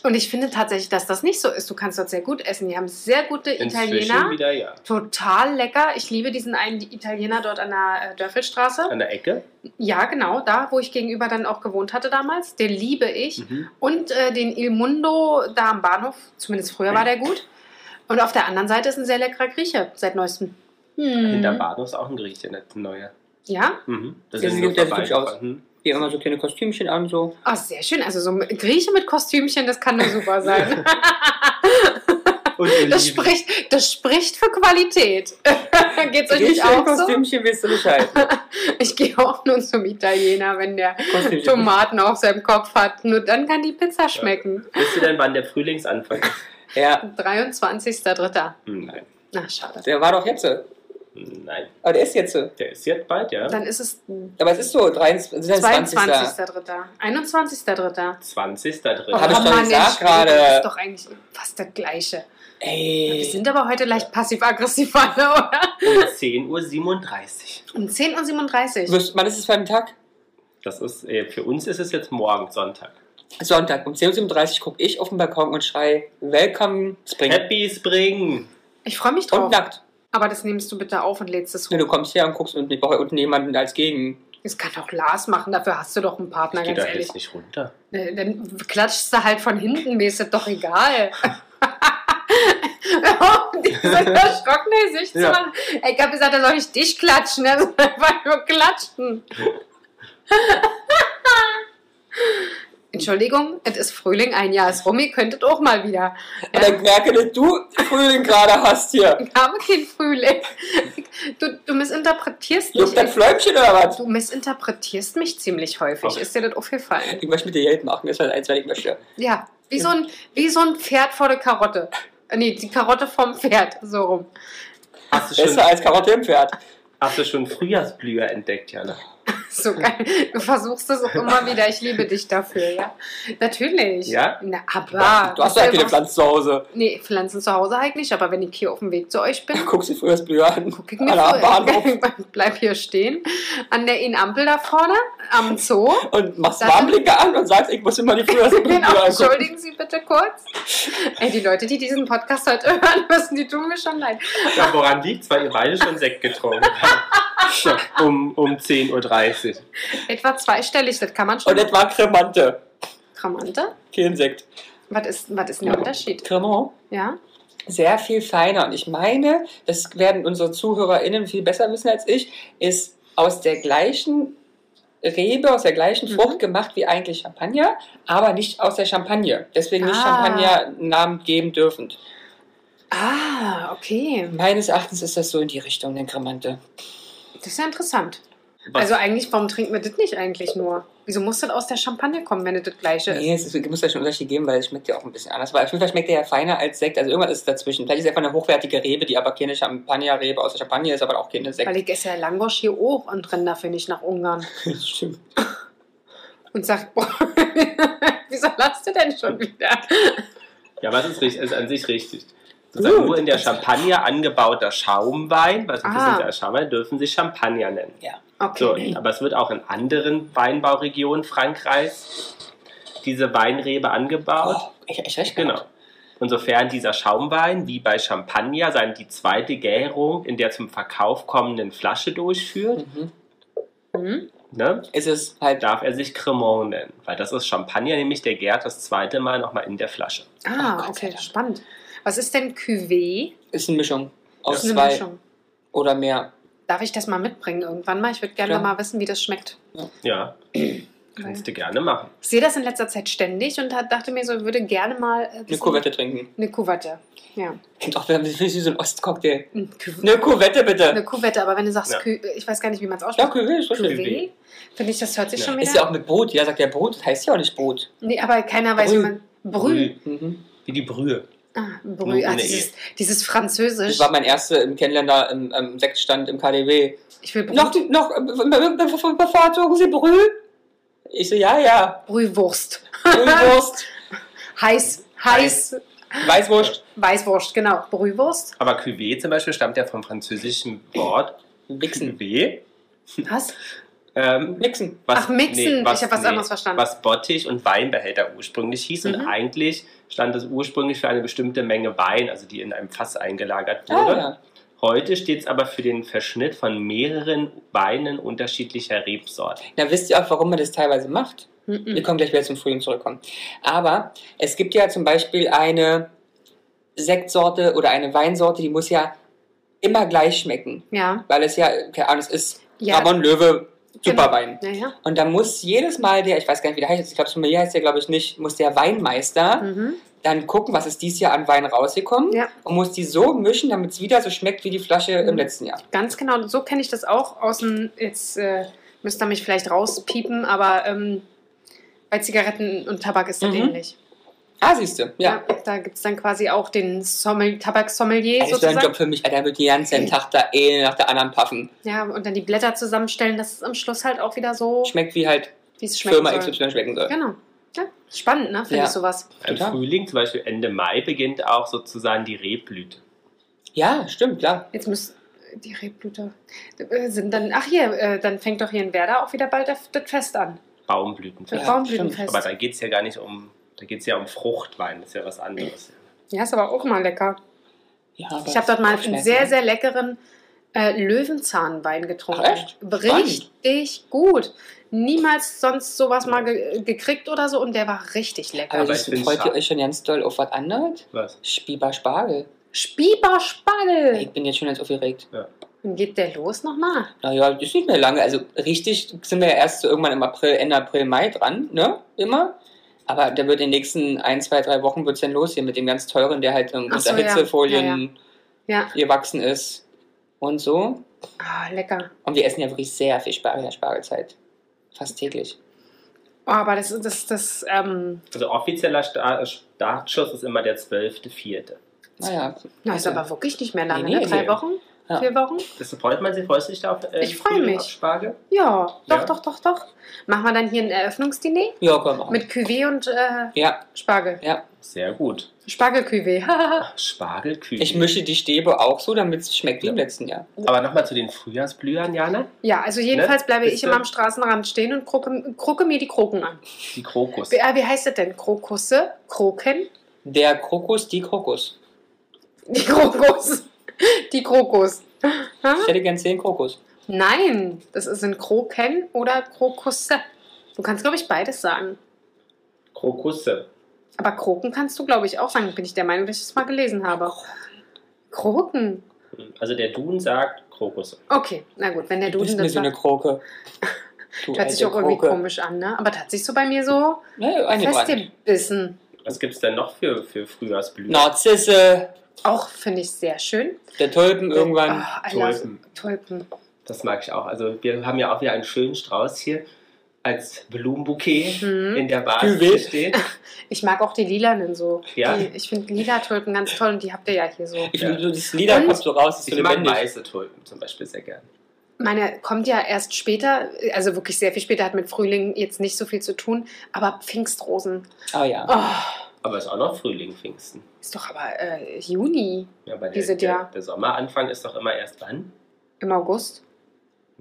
Speaker 1: Und ich finde tatsächlich, dass das nicht so ist. Du kannst dort sehr gut essen. Die haben sehr gute Italiener.
Speaker 3: wieder ja.
Speaker 1: Total lecker. Ich liebe diesen einen Italiener dort an der äh, Dörfelstraße.
Speaker 3: An der Ecke.
Speaker 1: Ja, genau, da, wo ich gegenüber dann auch gewohnt hatte damals. Den liebe ich.
Speaker 3: Mhm.
Speaker 1: Und äh, den Il Mundo da am Bahnhof. Zumindest früher war der gut. Und auf der anderen Seite ist ein sehr leckerer Grieche seit neuestem.
Speaker 3: Hinter
Speaker 1: Hm.
Speaker 3: Bahnhof ist auch ein Grieche, der neue.
Speaker 1: Ja,
Speaker 3: Mhm. Das
Speaker 2: Ja,
Speaker 3: ist
Speaker 2: sie
Speaker 3: nur
Speaker 2: sieht sehr hübsch
Speaker 3: vorbeigefahren.
Speaker 2: aus.
Speaker 3: Mhm.
Speaker 2: Die haben immer so kleine Kostümchen an, so.
Speaker 1: oh, sehr schön. Also so ein Grieche mit Kostümchen, das kann nur super sein.
Speaker 3: Und Oliven.
Speaker 1: Das spricht, das spricht für Qualität. Geht's euch nicht
Speaker 2: Richtig,
Speaker 1: auch so?
Speaker 2: Kostümchen willst du nicht halten.
Speaker 1: Ich gehe auch nur zum Italiener, wenn der
Speaker 2: Kostümchen.
Speaker 1: Tomaten auf seinem Kopf hat. Nur dann kann die Pizza schmecken.
Speaker 3: Wisst ihr denn, wann der Frühlingsanfang ist?
Speaker 2: Ja,
Speaker 1: 23.03.
Speaker 3: Hm, Nein.
Speaker 1: Na, schade.
Speaker 2: der war doch jetzt. so.
Speaker 3: Hm, Nein.
Speaker 2: Aber der ist jetzt. so.
Speaker 3: Der ist jetzt bald, ja?
Speaker 1: Dann ist es
Speaker 2: Aber es ist so, 23. 20.
Speaker 1: 22.03. 21.03.
Speaker 3: 20.
Speaker 1: Oh,
Speaker 2: Hab ich doch
Speaker 1: Mann,
Speaker 2: gesagt
Speaker 1: ich-
Speaker 2: gerade.
Speaker 1: Das ist doch eigentlich fast das Gleiche. Wir
Speaker 2: Ey.
Speaker 1: sind aber heute leicht passiv-aggressiv, alle, oder?
Speaker 3: um 10.37 Uhr.
Speaker 1: Um 10.37 Uhr.
Speaker 2: Wirst- Wann ist es für einen Tag?
Speaker 3: Das ist, äh, für uns ist es jetzt morgen, Sonntag.
Speaker 2: Sonntag um 10.37 Uhr gucke ich auf den Balkon und schrei Welcome Spring.
Speaker 3: Happy Spring!
Speaker 1: Ich freue mich
Speaker 2: Und
Speaker 1: drauf.
Speaker 2: nackt.
Speaker 1: Aber das nimmst du bitte auf und lädst es
Speaker 2: Ne,
Speaker 1: hoch.
Speaker 2: du kommst her und guckst unten, ich brauche unten jemanden als Gegen.
Speaker 1: Das kann auch Lars machen, dafür hast du doch einen Partner,
Speaker 3: Ich gehe
Speaker 1: ganz
Speaker 3: da
Speaker 1: ehrlich.
Speaker 3: jetzt nicht runter.
Speaker 1: Ne, Dann klatschst du halt von hinten, mir ist das doch egal. um diese erschrockene Sicht
Speaker 3: Ja.
Speaker 1: zu machen. Ich habe gesagt, da soll ich dich klatschen. Er soll einfach nur klatschen. Entschuldigung, es ist Frühling, ein Jahr ist rum, ihr könntet auch mal wieder.
Speaker 2: Und dann merke, dass du Frühling gerade hast hier.
Speaker 1: Ich habe kein Frühling. Du, du missinterpretierst mich.
Speaker 2: Juckt dein Fläumchen oder was?
Speaker 1: Du missinterpretierst mich ziemlich häufig.
Speaker 3: Okay.
Speaker 1: Ist dir das aufgefallen?
Speaker 2: Ich möchte mit dir Geld machen, das war das eins, weil ich möchte.
Speaker 1: Ja, wie so ein, wie so ein Pferd vor der Karotte. Äh, Nee, die Karotte vom Pferd, so rum.
Speaker 3: Hast du
Speaker 2: Besser
Speaker 3: schon,
Speaker 2: als Karotte im Pferd.
Speaker 3: hast du schon Frühjahrsblüher entdeckt, Jana?
Speaker 1: So geil. Du versuchst es auch immer wieder. Ich liebe dich dafür, ja. Natürlich.
Speaker 3: Ja?
Speaker 1: Na, aber.
Speaker 2: Du Ah, hast ja
Speaker 1: Pflanzen.
Speaker 2: keine Pflanze zu Hause.
Speaker 1: Nee, Pflanzen zu Hause halt nicht, aber wenn ich hier auf dem Weg zu euch bin,
Speaker 2: Guckst du früher das Blüher an.
Speaker 1: guck ich mir
Speaker 2: Alle am Bahnhof
Speaker 1: so, bleib hier stehen. An der Inampel da vorne, am Zoo.
Speaker 2: und machst
Speaker 1: Das-
Speaker 2: Warnblinker an und sagst, ich muss immer die früher das Blüher
Speaker 1: Genau,
Speaker 2: angucken.
Speaker 1: entschuldigen Sie bitte kurz. Ey, die Leute, die diesen Podcast heute hören müssen, die tun mir schon leid.
Speaker 3: Ja, woran liegt's? Weil ihr beide schon Sekt getrunken habt. Ja, um, um 10.30 Uhr.
Speaker 1: Etwa zweistellig, das kann man schon.
Speaker 2: Und das war Cremante.
Speaker 1: Kramante?
Speaker 2: Kein Insekt.
Speaker 1: Was ist, was ist denn der Unterschied?
Speaker 2: Cremant.
Speaker 1: Ja?
Speaker 2: sehr viel feiner. Und ich meine, das werden unsere ZuhörerInnen viel besser wissen als ich, ist aus der gleichen Rebe, aus der gleichen
Speaker 1: Mhm.
Speaker 2: Frucht gemacht wie eigentlich Champagner, aber nicht aus der Champagne. Deswegen nicht
Speaker 1: Ah.
Speaker 2: Champagner Namen geben dürfend.
Speaker 1: Ah, okay.
Speaker 2: Meines Erachtens ist das so in die Richtung, den Cremante.
Speaker 1: Das ist ja interessant.
Speaker 3: Was-
Speaker 1: Also eigentlich, warum trinken wir das nicht eigentlich nur? Wieso muss das aus der Champagne kommen, wenn das das gleiche ist?
Speaker 2: Nee, es ist- muss ja schon einen Unterschied geben, weil es schmeckt ja auch ein bisschen anders. Aber auf jeden Fall schmeckt er ja feiner als Sekt. Also irgendwas ist dazwischen. Vielleicht ist es einfach eine hochwertige Rebe, die aber keine Champagner-Rebe aus der Champagne ist, aber auch keine
Speaker 1: Weil
Speaker 2: Sekt.
Speaker 1: ich esse ja Langosch hier auch und renne dafür nicht nach Ungarn.
Speaker 2: Stimmt.
Speaker 1: Und sag, boah, wieso lachst du denn schon wieder?
Speaker 3: Ja, aber das ist, richtig, ist an sich richtig.
Speaker 2: Gut.
Speaker 3: Sozusagen nur in der Champagner angebauter Schaumwein, was ein
Speaker 1: Ah.
Speaker 3: bisschen der Schaumwein, dürfen sich Champagner nennen. So,
Speaker 1: Okay.
Speaker 3: aber es wird auch in anderen Weinbauregionen Frankreichs diese Weinrebe angebaut.
Speaker 2: Oh, ich, ich recht gehabt.
Speaker 3: Genau. Insofern dieser Schaumwein, wie bei Champagner, seine die zweite Gärung in der zum Verkauf kommenden Flasche durchführt,
Speaker 2: Mhm.
Speaker 1: Hm?
Speaker 3: ne,
Speaker 2: Ist es halt
Speaker 3: darf er sich Cremant nennen, weil das ist Champagner, nämlich der gärt das zweite Mal nochmal in der Flasche.
Speaker 1: Ah,
Speaker 2: Ach, Oh Gott sei
Speaker 1: okay,
Speaker 2: Dank.
Speaker 1: spannend. Was ist denn Cuvée?
Speaker 2: Ist eine Mischung
Speaker 1: Das
Speaker 2: aus
Speaker 1: ist eine
Speaker 2: zwei
Speaker 1: Mischung.
Speaker 2: oder mehr.
Speaker 1: Darf ich das mal mitbringen irgendwann mal? Ich würde gerne
Speaker 2: Klar.
Speaker 1: mal wissen, wie das schmeckt.
Speaker 3: Ja, kannst du gerne machen.
Speaker 1: Ich sehe das in letzter Zeit ständig und da- dachte mir so, ich würde gerne mal äh,
Speaker 2: Eine
Speaker 1: wissen-
Speaker 2: Kuvette trinken.
Speaker 1: Eine Kuvette, ja.
Speaker 2: Klingt auch wieder ein bisschen wie so ein Ostcocktail.
Speaker 1: Ein Cuvée.
Speaker 2: Eine Kuvette bitte.
Speaker 1: Eine Kuvette, aber wenn du sagst,
Speaker 3: Ja.
Speaker 1: Kü ich weiß gar nicht, wie man es
Speaker 2: Ja,
Speaker 1: ausspricht.
Speaker 2: Cuvée ist richtig.
Speaker 1: Cuvée? Finde ich, das hört sich
Speaker 3: Ja.
Speaker 1: schon wieder.
Speaker 2: Ist ja auch mit Brot. Jeder sagt ja Brot, das heißt ja auch nicht Brot.
Speaker 1: nee, aber keiner weiß, wie man. Brü.
Speaker 2: Mhm.
Speaker 3: Wie die Brühe.
Speaker 1: Ah,
Speaker 3: Nur
Speaker 1: Brü.
Speaker 3: ohne
Speaker 1: Ah,
Speaker 3: E.
Speaker 1: dieses, dieses Französisch.
Speaker 2: Das war mein erster im Kennenländer im, im Sektstand im KDW.
Speaker 1: Ich will
Speaker 2: Noch,
Speaker 1: Brü
Speaker 2: die- noch äh, be- be- be- bevorzugen Sie Brühe? Ich so, ja, ja.
Speaker 1: Brühwurst.
Speaker 2: Brühwurst.
Speaker 1: Heiß, heiß.
Speaker 2: Weißwurst.
Speaker 1: Weißwurst, genau. Brühwurst.
Speaker 3: Aber Cuvée zum Beispiel stammt ja vom französischen Wort
Speaker 2: Wichsen.
Speaker 3: Cuvée.
Speaker 1: Was?
Speaker 3: Ähm,
Speaker 2: Wichsen.
Speaker 1: Ach, mixen. Ich hab was anderes verstanden.
Speaker 3: Was Bottich und Weinbehälter ursprünglich hieß. Und
Speaker 1: Mhm.
Speaker 3: eigentlich stand das ursprünglich für eine bestimmte Menge Wein, also die in einem Fass eingelagert
Speaker 2: Ah,
Speaker 3: wurde.
Speaker 2: ja.
Speaker 3: Heute steht es aber für den Verschnitt von mehreren Weinen unterschiedlicher Rebsorten.
Speaker 2: Na, wisst ihr auch, warum man das teilweise macht? Wir
Speaker 1: Mhm.
Speaker 2: kommen gleich wieder zum Frühling zurückkommen. Aber es gibt ja zum Beispiel eine Sektsorte oder eine Weinsorte, die muss ja immer gleich schmecken.
Speaker 1: Ja.
Speaker 2: Weil es ja, keine Ahnung, es ist
Speaker 1: Ja. Genau.
Speaker 2: Ramon Löwe Superwein.
Speaker 1: Ja, ja.
Speaker 2: Und da muss jedes Mal der, ich weiß gar nicht, wie der heißt, ich glaube, Sommelier heißt der, glaube ich, nicht, muss der Weinmeister
Speaker 1: Mhm.
Speaker 2: dann gucken, was ist dieses Jahr an Wein rausgekommen
Speaker 1: Ja.
Speaker 2: und muss die so mischen, damit es wieder so schmeckt wie die Flasche im
Speaker 1: Mhm.
Speaker 2: letzten Jahr.
Speaker 1: Ganz genau. So kenne ich das auch aus dem. Jetzt äh, müsst ihr mich vielleicht rauspiepen, aber ähm, bei Zigaretten und Tabak ist das
Speaker 2: Mhm.
Speaker 1: ähnlich.
Speaker 2: Ah, siehst du, ja.
Speaker 1: Da gibt es dann quasi auch den Sommel Tabaksommelier
Speaker 2: Das wäre ein Job
Speaker 1: sozusagen.
Speaker 2: für mich, Alter, mit den ganzen Tag da eh nach der anderen paffen.
Speaker 1: Ja, und dann die Blätter zusammenstellen, dass es am Schluss halt auch wieder so,
Speaker 2: Schmeckt wie halt
Speaker 1: wie es schmeckt.
Speaker 2: Firma
Speaker 1: soll.
Speaker 2: XY schmecken soll.
Speaker 1: Genau. Ja, spannend, ne? Finde
Speaker 2: Ja.
Speaker 1: ich sowas.
Speaker 3: Im
Speaker 2: Total.
Speaker 3: Frühling, zum Beispiel Ende Mai, beginnt auch sozusagen die Rebblüte.
Speaker 2: Ja, stimmt, klar.
Speaker 1: Jetzt müssen die Rebblüter äh, sind dann. Ach hier, äh, dann fängt doch hier in Werder auch wieder bald das das Fest an. Das
Speaker 3: Baumblütenfest.
Speaker 2: Ja,
Speaker 1: Baumblütenfest.
Speaker 3: Aber da geht es ja gar nicht um, da geht es ja um Fruchtwein, das ist ja was anderes.
Speaker 1: Ja, ist aber auch mal lecker.
Speaker 2: Ja, aber
Speaker 1: Ich habe dort mal einen
Speaker 2: schmeckt,
Speaker 1: sehr,
Speaker 2: ne?
Speaker 1: sehr leckeren äh, Löwenzahnwein getrunken.
Speaker 2: Ach, echt?
Speaker 1: Richtig gut. Niemals sonst sowas mal ge gekriegt oder so und der war richtig lecker.
Speaker 2: Aber,
Speaker 3: Aber
Speaker 2: aber
Speaker 3: ich find's
Speaker 2: freut ihr
Speaker 3: scharf.
Speaker 2: euch schon ganz doll auf was anderes?
Speaker 3: Was?
Speaker 2: Spieber Spargel.
Speaker 1: Spieberspadel!
Speaker 2: Ich bin jetzt schon ganz aufgeregt.
Speaker 1: Dann geht der los nochmal.
Speaker 2: Naja, das ist nicht mehr lange. Also richtig sind wir ja erst so irgendwann im April, Ende April, Mai dran, ne? Immer. Aber da wird in den nächsten ein, zwei, drei Wochen wird es dann los hier mit dem ganz teuren, der halt ähm,
Speaker 1: Ach so,
Speaker 2: unter
Speaker 1: ja.
Speaker 2: Hitzefolien
Speaker 1: Ja,
Speaker 2: gewachsen ist und so.
Speaker 1: ah, lecker.
Speaker 2: Und wir essen ja wirklich sehr viel Spargel in der Spargelzeit. Fast täglich.
Speaker 1: Oh, aber das, das, das, ähm,
Speaker 3: Also offizieller Sta- Startschuss ist immer der 12.04.
Speaker 2: Naja.
Speaker 1: na, ist
Speaker 2: Also,
Speaker 1: aber wirklich nicht mehr lange,
Speaker 2: Nee, nee,
Speaker 1: ne? Drei
Speaker 2: nee.
Speaker 1: Wochen?
Speaker 2: Ja.
Speaker 1: Vier Wochen?
Speaker 3: Das freut man sich, freust du dich da auf äh,
Speaker 1: Ich freu
Speaker 3: Frühling,
Speaker 1: mich.
Speaker 3: auf Spargel?
Speaker 1: Ja, doch,
Speaker 3: Ja.
Speaker 1: doch, doch, doch. Machen wir dann hier ein Eröffnungsdiner
Speaker 2: Ja, komm. mach.
Speaker 1: mit Cuvée und äh,
Speaker 2: Ja,
Speaker 1: Spargel.
Speaker 2: ja.
Speaker 3: Sehr gut.
Speaker 1: Spargel-Cuvée.
Speaker 3: Spargelkühe.
Speaker 2: Ich mische die Stäbe auch so, damit es schmeckt wie im letzten Jahr.
Speaker 3: Aber nochmal zu den Frühjahrsblühern, Jana.
Speaker 1: Ja, also jedenfalls
Speaker 3: Ne?
Speaker 1: bleibe
Speaker 3: Bist
Speaker 1: ich
Speaker 3: du-
Speaker 1: immer am Straßenrand stehen und krucke, krucke mir die Kroken an.
Speaker 3: Die Krokus.
Speaker 1: Wie, äh, wie heißt das denn? Krokusse? Kroken?
Speaker 2: Der Krokus, die Krokus.
Speaker 1: Die Krokus. Die Krokus. Ha?
Speaker 2: Ich hätte gern zehn Krokus.
Speaker 1: Nein, das sind Kroken oder Krokusse. Du kannst, glaube ich, beides sagen.
Speaker 3: Krokusse.
Speaker 1: Aber Kroken kannst du, glaube ich, auch sagen. Bin ich der Meinung, dass ich das mal gelesen habe. Kroken.
Speaker 3: Also der Dun sagt Krokusse.
Speaker 1: Okay, na gut, wenn der
Speaker 2: Du bist
Speaker 1: Duden
Speaker 2: mir
Speaker 1: das
Speaker 2: so eine
Speaker 1: sagt.
Speaker 2: Kroke. Du
Speaker 1: Hört sich auch irgendwie komisch an, ne? Aber das hat sich so bei mir so
Speaker 2: Ne, eingebrannt.
Speaker 1: festgebissen.
Speaker 3: Was gibt es denn noch für, für Frühjahrsblühen?
Speaker 2: Narzisse,
Speaker 1: Auch finde ich sehr schön.
Speaker 2: der Tulpen irgendwann.
Speaker 1: Ah, I love
Speaker 3: Tulpen.
Speaker 1: Tulpen.
Speaker 3: Das mag ich auch. Also wir haben ja auch wieder einen schönen Strauß hier als Blumenbouquet
Speaker 1: Mhm.
Speaker 3: in der Vase
Speaker 2: Cuvée.
Speaker 3: steht.
Speaker 1: Ich mag auch die lilanen so.
Speaker 3: Ja.
Speaker 1: Die, ich finde lila Tulpen ganz toll und die habt ihr ja hier so.
Speaker 2: Ich
Speaker 3: Ja.
Speaker 2: finde, so das Lieder
Speaker 1: Und-
Speaker 2: kommt so raus, das ist so
Speaker 3: Ich mag
Speaker 2: lebendig.
Speaker 3: weiße Tulpen zum Beispiel sehr gerne.
Speaker 1: Meine kommt ja erst später, also wirklich sehr viel später, hat mit Frühling jetzt nicht so viel zu tun, aber Pfingstrosen.
Speaker 2: Ah ja.
Speaker 1: Oh,
Speaker 3: Aber es ist auch noch Frühling, Pfingsten.
Speaker 1: ist doch aber äh, Juni
Speaker 3: Ja, aber
Speaker 1: Die
Speaker 3: der,
Speaker 1: sind ja-
Speaker 3: der, der Sommeranfang ist doch immer erst wann?
Speaker 1: im August.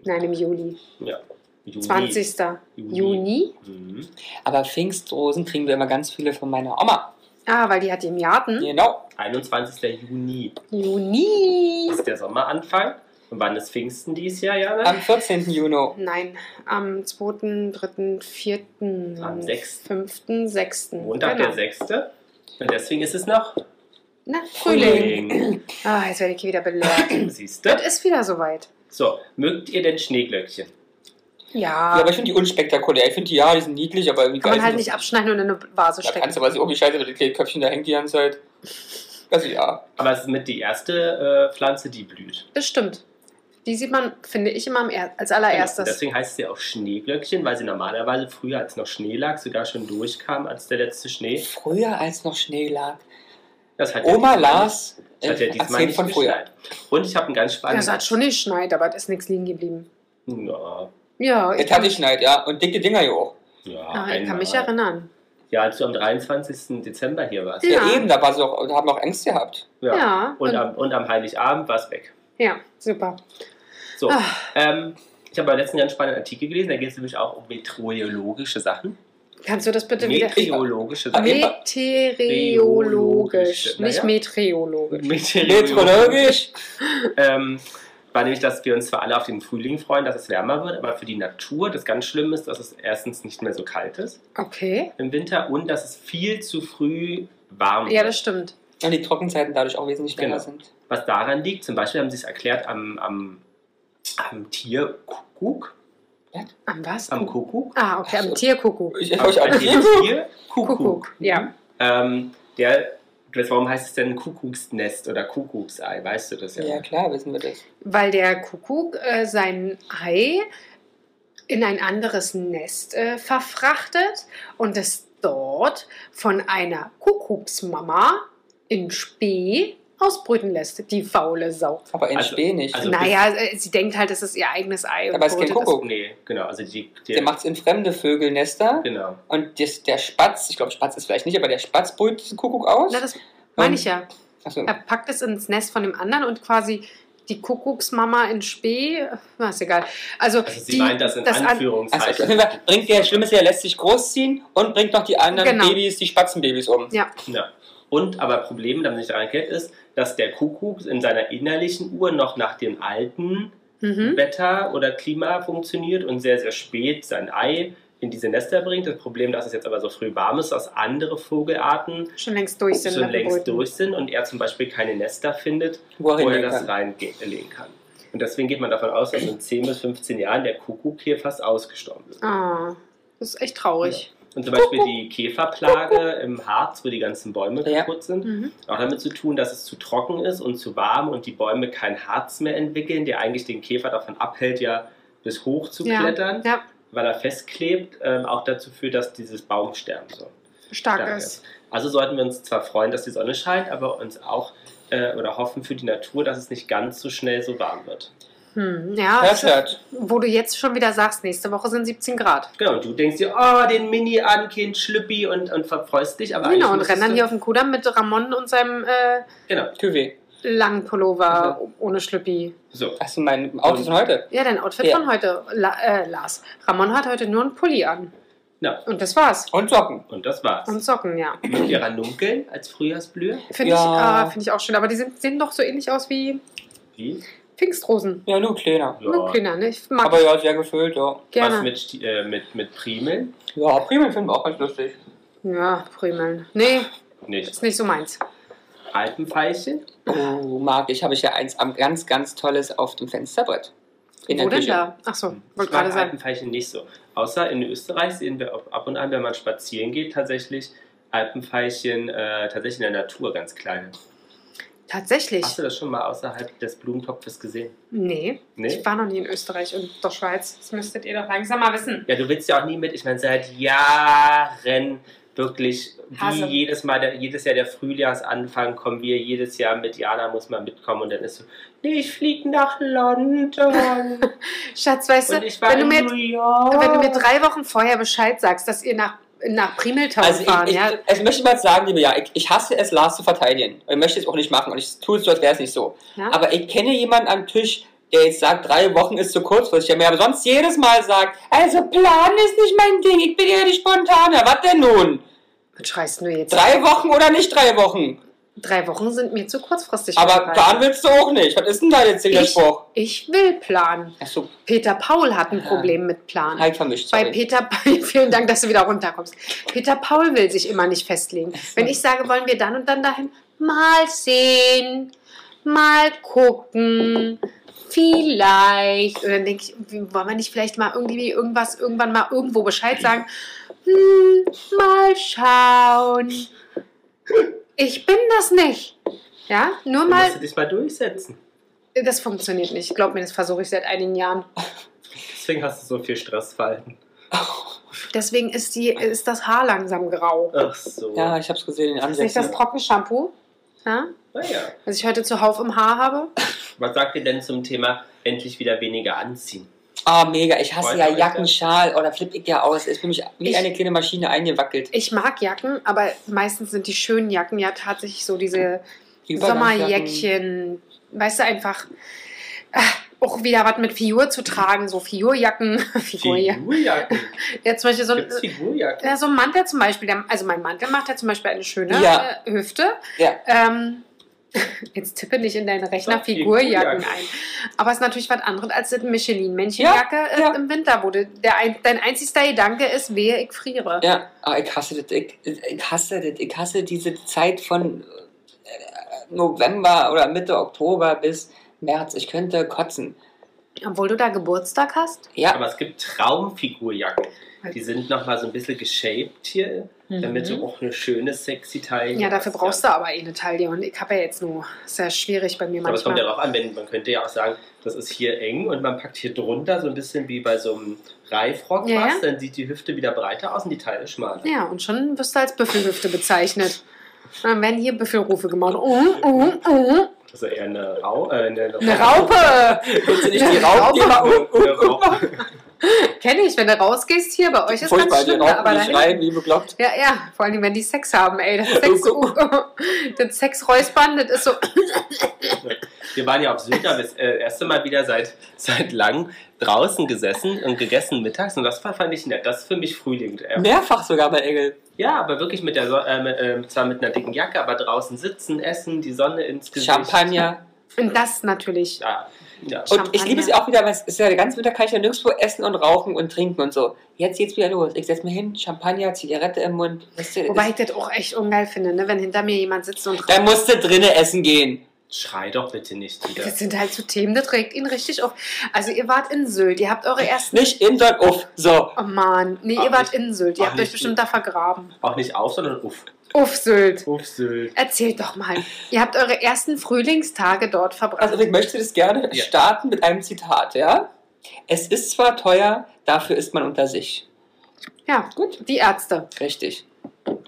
Speaker 1: Nein, im Juli.
Speaker 3: Ja. Juni.
Speaker 1: 20. Juni.
Speaker 3: Juni. Mhm.
Speaker 2: Aber Pfingstrosen kriegen wir immer ganz viele von meiner Oma.
Speaker 1: Ah, weil die hat die im Garten.
Speaker 2: Genau.
Speaker 3: 21. Juni
Speaker 1: Juni.
Speaker 3: ist der Sommeranfang. Und wann ist Pfingsten dieses Jahr, Jana?
Speaker 2: Am 14. Juni.
Speaker 1: Nein, am 2., 3., 4.,
Speaker 3: Am 6..
Speaker 1: 5., 6.
Speaker 3: Montag, der 6. Und deswegen ist es noch
Speaker 1: Na, Frühling. Ah, jetzt werde ich hier wieder belehrt.
Speaker 3: Siehst
Speaker 1: Das
Speaker 3: du?
Speaker 1: ist wieder soweit.
Speaker 3: So, mögt ihr denn Schneeglöckchen?
Speaker 1: Ja.
Speaker 2: Ja, aber ich finde die unspektakulär. Ich finde die, ja, die sind niedlich, aber irgendwie
Speaker 1: Kann man
Speaker 2: geil
Speaker 1: halt
Speaker 2: sind sie
Speaker 1: nicht abschneiden und in eine Vase
Speaker 2: Da
Speaker 1: stecken.
Speaker 2: kannst du aber so irgendwie scheiße, weil das kleine Köpfchen da hängt die ganze Zeit. Also ja.
Speaker 3: Aber es ist mit die erste äh, Pflanze, die blüht.
Speaker 1: Das stimmt. Die sieht man, finde ich, immer am er als
Speaker 3: Und
Speaker 1: allererstes.
Speaker 3: Deswegen heißt sie auch Schneeglöckchen, weil sie normalerweise früher, als noch Schnee lag, sogar schon durchkam als der letzte Schnee.
Speaker 2: Früher, als noch Schnee lag.
Speaker 3: Das hat
Speaker 2: Oma
Speaker 3: ja diesmal-
Speaker 2: Lars
Speaker 3: das hat ja
Speaker 2: äh,
Speaker 3: diesmal
Speaker 2: erzählt
Speaker 3: nicht
Speaker 2: von früher.
Speaker 3: geschneit. Und ich habe einen ganz
Speaker 1: Ja, es
Speaker 3: spannenden.
Speaker 1: hat schon nicht schneit, aber es ist nichts liegen geblieben.
Speaker 3: Ja,
Speaker 1: Ja,
Speaker 2: Jetzt hatte ich Schneid, ja. Und dicke Dinger hier auch.
Speaker 3: ja,
Speaker 1: Ah, ich kann
Speaker 3: einmal.
Speaker 1: mich erinnern.
Speaker 3: Ja, als du am 23. Dezember hier warst.
Speaker 1: Ja.
Speaker 3: Ja.
Speaker 2: Ja, eben, da, war sie auch, da haben wir auch Angst gehabt.
Speaker 1: Ja,
Speaker 3: Und,
Speaker 1: und-
Speaker 3: am, und am Heiligabend war es weg.
Speaker 1: Ja, super.
Speaker 3: So.
Speaker 1: Ah.
Speaker 3: Ähm, ich habe letzten ganz spannenden Artikel gelesen, da geht es nämlich auch um meteorologische Sachen.
Speaker 1: Kannst du das bitte wieder.
Speaker 3: Meteorologische
Speaker 2: Aber
Speaker 3: Sachen.
Speaker 2: jeden-
Speaker 1: Meteorologisch, nicht
Speaker 3: Meteorologisch, naja.
Speaker 1: meteorologisch.
Speaker 2: Meteorologisch.
Speaker 3: ähm, war nämlich, dass wir uns zwar alle auf den Frühling freuen, dass es wärmer wird, aber für die Natur das ganz Schlimme ist, dass es erstens nicht mehr so kalt ist
Speaker 1: Okay.
Speaker 3: im Winter und dass es viel zu früh warm
Speaker 1: Ja,
Speaker 3: wird.
Speaker 1: das stimmt.
Speaker 2: Und die Trockenzeiten dadurch auch wesentlich länger
Speaker 3: Genau.
Speaker 2: sind.
Speaker 3: Was daran liegt, zum Beispiel haben sie es erklärt am, am, am Tierkuckuck.
Speaker 1: Am was?
Speaker 3: Am Kuckuck.
Speaker 1: Ah, okay, am
Speaker 2: Also-
Speaker 1: Tierkuckuck.
Speaker 2: Ich, ich,
Speaker 3: Also bei
Speaker 2: ich,
Speaker 3: dem Tierkuckuck.
Speaker 1: Kuckuck, ja.
Speaker 3: Ähm, der, das- warum heißt es denn Kuckucksnest oder Kuckucksei? Weißt du das ja?
Speaker 2: ja, klar, wissen wir das.
Speaker 1: Weil der Kuckuck äh, sein Ei in ein anderes Nest äh, verfrachtet und es dort von einer Kuckucksmama in Spee ausbrüten lässt, die faule Sau.
Speaker 2: Aber in
Speaker 3: Also-
Speaker 2: Spee nicht.
Speaker 3: also-
Speaker 1: naja, äh, sie denkt halt, es ist ihr eigenes Ei. und
Speaker 2: Aber es ist kein
Speaker 1: brütet
Speaker 2: Kuckuck.
Speaker 3: Nee, genau. Also die, die,
Speaker 2: Der macht es in fremde Vögelnester.
Speaker 3: Genau.
Speaker 2: Und das, der Spatz, ich glaube, Spatz ist vielleicht nicht, aber der Spatz brütet diesen Kuckuck aus.
Speaker 1: Na, das meine ich ja.
Speaker 3: Ähm,
Speaker 2: Achso,
Speaker 1: Er packt es ins Nest von dem anderen und quasi die Kuckucksmama in Spee, äh, na, ist egal. Also,
Speaker 3: Also sie
Speaker 1: die,
Speaker 3: meint das in
Speaker 1: das an-
Speaker 2: also, auf
Speaker 3: Anführungszeichen.
Speaker 2: jeden Fall bringt der Schlimmste, der lässt sich großziehen und bringt noch die anderen
Speaker 1: Genau.
Speaker 2: Babys, die Spatzenbabys um.
Speaker 3: Ja. Und aber Problem, damit nicht daran kennt, ist, dass der Kuckuck in seiner innerlichen Uhr noch nach dem alten
Speaker 1: mhm.
Speaker 3: Wetter oder Klima funktioniert und sehr, sehr spät sein Ei in diese Nester bringt. Das Problem, dass es jetzt aber so früh warm ist, dass andere Vogelarten
Speaker 1: schon längst durch sind.
Speaker 3: schon
Speaker 1: mit
Speaker 3: längst
Speaker 1: Brüten.
Speaker 3: durch sind und er zum Beispiel keine Nester findet,
Speaker 2: Wo er
Speaker 3: wo er
Speaker 2: hingehen
Speaker 3: das
Speaker 2: kann.
Speaker 3: reinlegen kann. Und deswegen geht man davon aus, dass in 10 bis 15 Jahren der Kuckuck hier fast ausgestorben ist.
Speaker 1: Ah, das ist echt traurig.
Speaker 3: Und zum Beispiel die Käferplage im Harz, wo die ganzen Bäume
Speaker 2: Ja.
Speaker 3: kaputt sind,
Speaker 1: Mhm.
Speaker 3: auch damit zu tun, dass es zu trocken ist und zu warm und die Bäume kein Harz mehr entwickeln, der eigentlich den Käfer davon abhält, ja bis hoch zu
Speaker 1: Ja.
Speaker 3: klettern,
Speaker 1: Ja,
Speaker 3: weil er festklebt, ähm, auch dazu führt, dass dieses Baumsterben so
Speaker 1: stark
Speaker 3: stark
Speaker 1: ist.
Speaker 3: ist. Also sollten wir uns zwar freuen, dass die Sonne scheint, aber uns auch äh, oder hoffen für die Natur, dass es nicht ganz so schnell so warm wird.
Speaker 1: Hm. Ja,
Speaker 2: Hört,
Speaker 1: also,
Speaker 2: hört.
Speaker 1: wo du jetzt schon wieder sagst, nächste Woche sind 17 Grad.
Speaker 3: Genau, und du denkst dir, oh, den Mini an, Kind, Schlüppi und, und verfreust dich, aber
Speaker 1: genau, und
Speaker 3: eigentlich
Speaker 1: rennen dann
Speaker 3: müsstest
Speaker 1: hier auf dem Kudamm mit Ramon und seinem äh,
Speaker 3: du- Genau,
Speaker 2: Cuvée.
Speaker 1: langen Pullover ohne Schlüppi.
Speaker 3: so.
Speaker 2: Achso, mein Auto ist von heute.
Speaker 1: Ja, dein Outfit
Speaker 2: Ja.
Speaker 1: von heute, La äh, Lars. Ramon hat heute nur einen Pulli an.
Speaker 3: Ja.
Speaker 1: Und das war's.
Speaker 2: Und Socken.
Speaker 3: Und das war's.
Speaker 1: Und Socken, ja.
Speaker 3: Mit ihrer Nunkeln als Frühjahrsblühe.
Speaker 1: Finde
Speaker 2: Ja.
Speaker 1: ich, äh, find ich auch schön. Aber die sind, sehen doch so ähnlich aus wie
Speaker 3: Wie?
Speaker 1: Pfingstrosen.
Speaker 2: Ja, nur kleiner.
Speaker 3: Ja.
Speaker 1: Nur kleiner, ne? Ich mag
Speaker 2: Aber ja, sehr gefüllt, ja.
Speaker 3: Was
Speaker 1: gerne.
Speaker 3: mit, Sti- äh, mit, mit Primeln?
Speaker 2: Ja, Primeln finden wir auch ganz lustig.
Speaker 1: Ja, Primeln. Nee,
Speaker 3: Nicht.
Speaker 1: ist nicht so meins.
Speaker 3: Alpenfeilchen?
Speaker 2: Oh, mag ich. Habe ich ja eins am ganz, ganz tolles auf dem Fensterbrett. In
Speaker 1: Wo
Speaker 2: der
Speaker 1: denn
Speaker 2: Küche.
Speaker 1: da? Achso,
Speaker 3: Ich
Speaker 1: wollte
Speaker 3: mag
Speaker 1: gerade sagen.
Speaker 3: Alpenfeilchen nicht so. Außer in Österreich sehen wir ab- ab und an, wenn man spazieren geht, tatsächlich Alpenfeilchen äh, tatsächlich in der Natur ganz kleine.
Speaker 1: Tatsächlich.
Speaker 3: Hast du das schon mal außerhalb des Blumentopfes gesehen?
Speaker 1: Nee,
Speaker 3: Nee?
Speaker 1: ich war noch nie in Österreich und der Schweiz. Das müsstet ihr doch langsam mal wissen.
Speaker 3: Ja, du willst ja auch nie mit. Ich meine, seit Jahren wirklich, wie
Speaker 1: Hase.
Speaker 3: jedes Mal, der, jedes Jahr der Frühjahrsanfang kommen wir jedes Jahr mit Jana muss mal mitkommen und dann ist so, nee, ich fliege nach London.
Speaker 1: Schatz, weißt
Speaker 3: Und
Speaker 1: du,
Speaker 3: ich war
Speaker 1: wenn du,
Speaker 3: in
Speaker 1: mir,
Speaker 3: New York.
Speaker 1: wenn du mir drei Wochen vorher Bescheid sagst, dass ihr nach, nach Primeltown
Speaker 2: Also, ich,
Speaker 1: fahren,
Speaker 2: ich,
Speaker 1: ja,
Speaker 2: also möchte ich mal sagen, liebe Ja, ich, ich hasse es, Lars zu verteidigen. Und ich möchte es auch nicht machen. Und ich tue es so, als wäre es nicht so.
Speaker 1: Ja.
Speaker 2: Aber ich kenne jemanden am Tisch, der jetzt sagt, drei Wochen ist zu kurzfristig. Der mir aber sonst jedes Mal sagt, also planen ist nicht mein Ding. Ich bin eher die Spontane. Was denn nun?
Speaker 1: was schreist du jetzt?
Speaker 2: Drei Wochen oder nicht drei Wochen?
Speaker 1: Drei Wochen sind mir zu kurzfristig.
Speaker 2: Aber
Speaker 1: vorbereitet.
Speaker 2: planen willst du auch nicht. Was ist denn da jetzt der
Speaker 1: ich,
Speaker 2: Spruch?
Speaker 1: ich will planen.
Speaker 2: Achso,
Speaker 1: Peter Paul hat ein
Speaker 2: Ja.
Speaker 1: Problem mit Planen.
Speaker 2: halt vermischt.
Speaker 1: Bei
Speaker 2: sorry.
Speaker 1: Peter Paul, vielen Dank, dass du wieder runterkommst. Peter Paul will sich immer nicht festlegen. Wenn ich sage, wollen wir dann und dann dahin, mal sehen, mal gucken, vielleicht. Und dann denke ich, irgendwie, wollen wir nicht vielleicht mal irgendwie irgendwas, irgendwann mal irgendwo Bescheid sagen? Hm, mal schauen. Ich bin das nicht. Ja, nur
Speaker 3: Du musst
Speaker 1: mal,
Speaker 3: dich mal durchsetzen.
Speaker 1: das funktioniert nicht. Glaub mir, das versuche ich seit einigen Jahren.
Speaker 3: Deswegen hast du so viel Stressfalten.
Speaker 1: Deswegen ist, die, ist das Haar langsam grau.
Speaker 3: Ach so.
Speaker 2: ja, ich hab's gesehen, den
Speaker 1: Ist nicht
Speaker 2: Ansätzen.
Speaker 1: das Trockenshampoo, ja?
Speaker 3: Naja.
Speaker 1: was ich heute zuhauf im Haar habe?
Speaker 3: Was sagt ihr denn zum Thema endlich wieder weniger anziehen?
Speaker 2: Ah, mega. Ich hasse
Speaker 3: Wollt
Speaker 2: ja
Speaker 3: ihr euch
Speaker 2: Jacken,
Speaker 3: das?
Speaker 2: Schal oder flippe ich ja aus. Ist für mich wie
Speaker 1: Ich-
Speaker 2: eine kleine Maschine eingewackelt.
Speaker 1: Ich mag Jacken, aber meistens sind die schönen Jacken ja tatsächlich so diese
Speaker 2: Die Übergangsjacken.
Speaker 1: Sommerjäckchen. Weißt du, einfach äh, auch wieder was mit Figur zu tragen, so Figurjacken. Figurjacken.
Speaker 3: Figurjacken.
Speaker 1: Ja, zum Beispiel so ein,
Speaker 3: Gibt's Figurjacken?
Speaker 1: ja, so ein Mantel zum Beispiel. Der, also mein Mantel macht ja zum Beispiel eine schöne
Speaker 2: Ja.
Speaker 1: äh, Hüfte.
Speaker 2: Ja.
Speaker 1: Ähm, jetzt tippe nicht in deinen Rechner
Speaker 3: Doch,
Speaker 1: Figurjacken
Speaker 3: Figurjacken.
Speaker 1: ein. Aber es ist natürlich was anderes als eine Michelin-Männchenjacke äh,
Speaker 2: ja.
Speaker 1: im Winter, wo du, der ein, dein einzigster Gedanke ist, wehe, ich friere.
Speaker 2: Ja, ah, ich hasse das. Ich, ich hasse das. Ich hasse diese Zeit von äh, November oder Mitte Oktober bis März. Ich könnte kotzen.
Speaker 1: Obwohl du da Geburtstag hast.
Speaker 2: Ja,
Speaker 3: Aber es gibt Traumfigurjacken. Die sind nochmal so ein bisschen geshaped hier, damit du auch eine schöne, sexy Taille
Speaker 1: Ja, dafür brauchst du aber eh eine Taille. Und ich habe ja jetzt nur, ist ja schwierig bei mir
Speaker 3: Aber es kommt ja
Speaker 1: manchmal.
Speaker 3: darauf an, wenn, man könnte ja auch sagen, das ist hier eng und man packt hier drunter so ein bisschen wie bei so einem Reifrock
Speaker 1: Ja,
Speaker 3: was, dann sieht die Hüfte wieder breiter aus und die Taille schmaler.
Speaker 1: Ja, und schon wirst du als Büffelhüfte bezeichnet. Dann werden hier Büffelrufe gemacht. Uh, uh, uh.
Speaker 3: Also eher eine, Rau äh, eine,
Speaker 1: Eine Raupe!
Speaker 2: willst du nicht
Speaker 1: Ja,
Speaker 2: die Raupen
Speaker 1: Raupen.
Speaker 2: immer um?
Speaker 3: Eine Raupe.
Speaker 1: Kenne ich, wenn du rausgehst hier, bei euch ist ganz
Speaker 2: Furchtbar, die
Speaker 1: schlimm. da- Aber
Speaker 2: Raupen,
Speaker 1: da
Speaker 2: die schreien, wie bekloppt.
Speaker 1: Ja, ja, vor allem, wenn die Sex haben, ey. Das Sex, das Sexräuspern, das ist so.
Speaker 3: Wir waren ja auf Sylt, da haben wir das äh, erste Mal wieder seit, seit langem draußen gesessen und gegessen mittags und das fand ich nett. Das ist für mich Frühling. Äh,
Speaker 2: Mehrfach sogar bei Engel.
Speaker 3: Ja, aber wirklich mit der so äh, mit, äh, zwar mit einer dicken Jacke, aber draußen sitzen, essen, die Sonne ins Gesicht.
Speaker 2: Champagner.
Speaker 1: Und das natürlich.
Speaker 3: Ja, ja.
Speaker 2: Und ich liebe
Speaker 1: Champagner.
Speaker 2: es ja auch wieder, weil es ist ja der ganze Winter kann ich ja nirgendwo essen und rauchen und trinken und so. Jetzt geht's wieder los. Ich setz mich hin, Champagner, Zigarette im Mund. Weißt du,
Speaker 1: Wobei ich
Speaker 2: ist,
Speaker 1: das auch echt ungeil finde, ne? wenn hinter mir jemand sitzt und
Speaker 2: dann musst du drinnen essen gehen.
Speaker 3: Schrei doch bitte nicht wieder.
Speaker 1: Das sind halt so Themen, das regt ihn richtig auf. Also ihr wart in Sylt, ihr habt eure ersten...
Speaker 2: Nicht in, sondern auf. So.
Speaker 1: Oh Mann, nee, ihr
Speaker 3: Ach,
Speaker 1: wart
Speaker 3: nicht-
Speaker 1: in Sylt, ihr
Speaker 3: ach,
Speaker 1: habt euch
Speaker 3: nicht
Speaker 1: bestimmt da
Speaker 3: Sylt.
Speaker 1: vergraben.
Speaker 3: Auch nicht auf, sondern uff.
Speaker 1: Uff, Sylt.
Speaker 3: Uff, Sylt.
Speaker 1: Erzählt doch mal, ihr habt eure ersten Frühlingstage dort verbracht.
Speaker 2: Also ich möchte das gerne
Speaker 3: Ja.
Speaker 2: starten mit einem Zitat, ja? Es ist zwar teuer, dafür ist man unter sich.
Speaker 1: ja,
Speaker 2: Gut.
Speaker 1: die Ärzte,
Speaker 2: Richtig.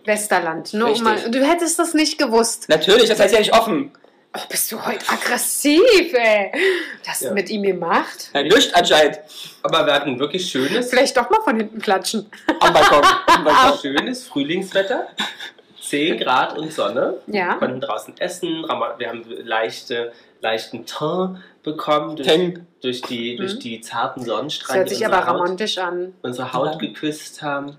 Speaker 1: Westerland. Nur um
Speaker 2: Richtig.
Speaker 1: mal, du hättest das nicht gewusst.
Speaker 2: Natürlich, das heißt ja nicht offen.
Speaker 1: Oh, bist du heute aggressiv, ey. Was
Speaker 3: Ja.
Speaker 1: mit ihm gemacht?
Speaker 2: Ja, Nicht anscheinend.
Speaker 3: Aber wir hatten wirklich schönes,
Speaker 1: Vielleicht doch mal von hinten klatschen.
Speaker 2: Am Balkon. Am Balkon.
Speaker 3: schönes Frühlingswetter. 10 Grad und Sonne. Wir
Speaker 1: Ja.
Speaker 3: konnten draußen essen. Rama- Wir haben leichte, leichten Teint bekommen durch,
Speaker 2: Tang.
Speaker 3: durch, die, durch die zarten
Speaker 1: Mhm. Das
Speaker 3: Sonnenstrahlen,
Speaker 1: hört
Speaker 3: die
Speaker 1: sich aber
Speaker 3: unsere Haut,
Speaker 1: romantisch an.
Speaker 3: unsere Haut
Speaker 2: Ja.
Speaker 3: geküsst haben.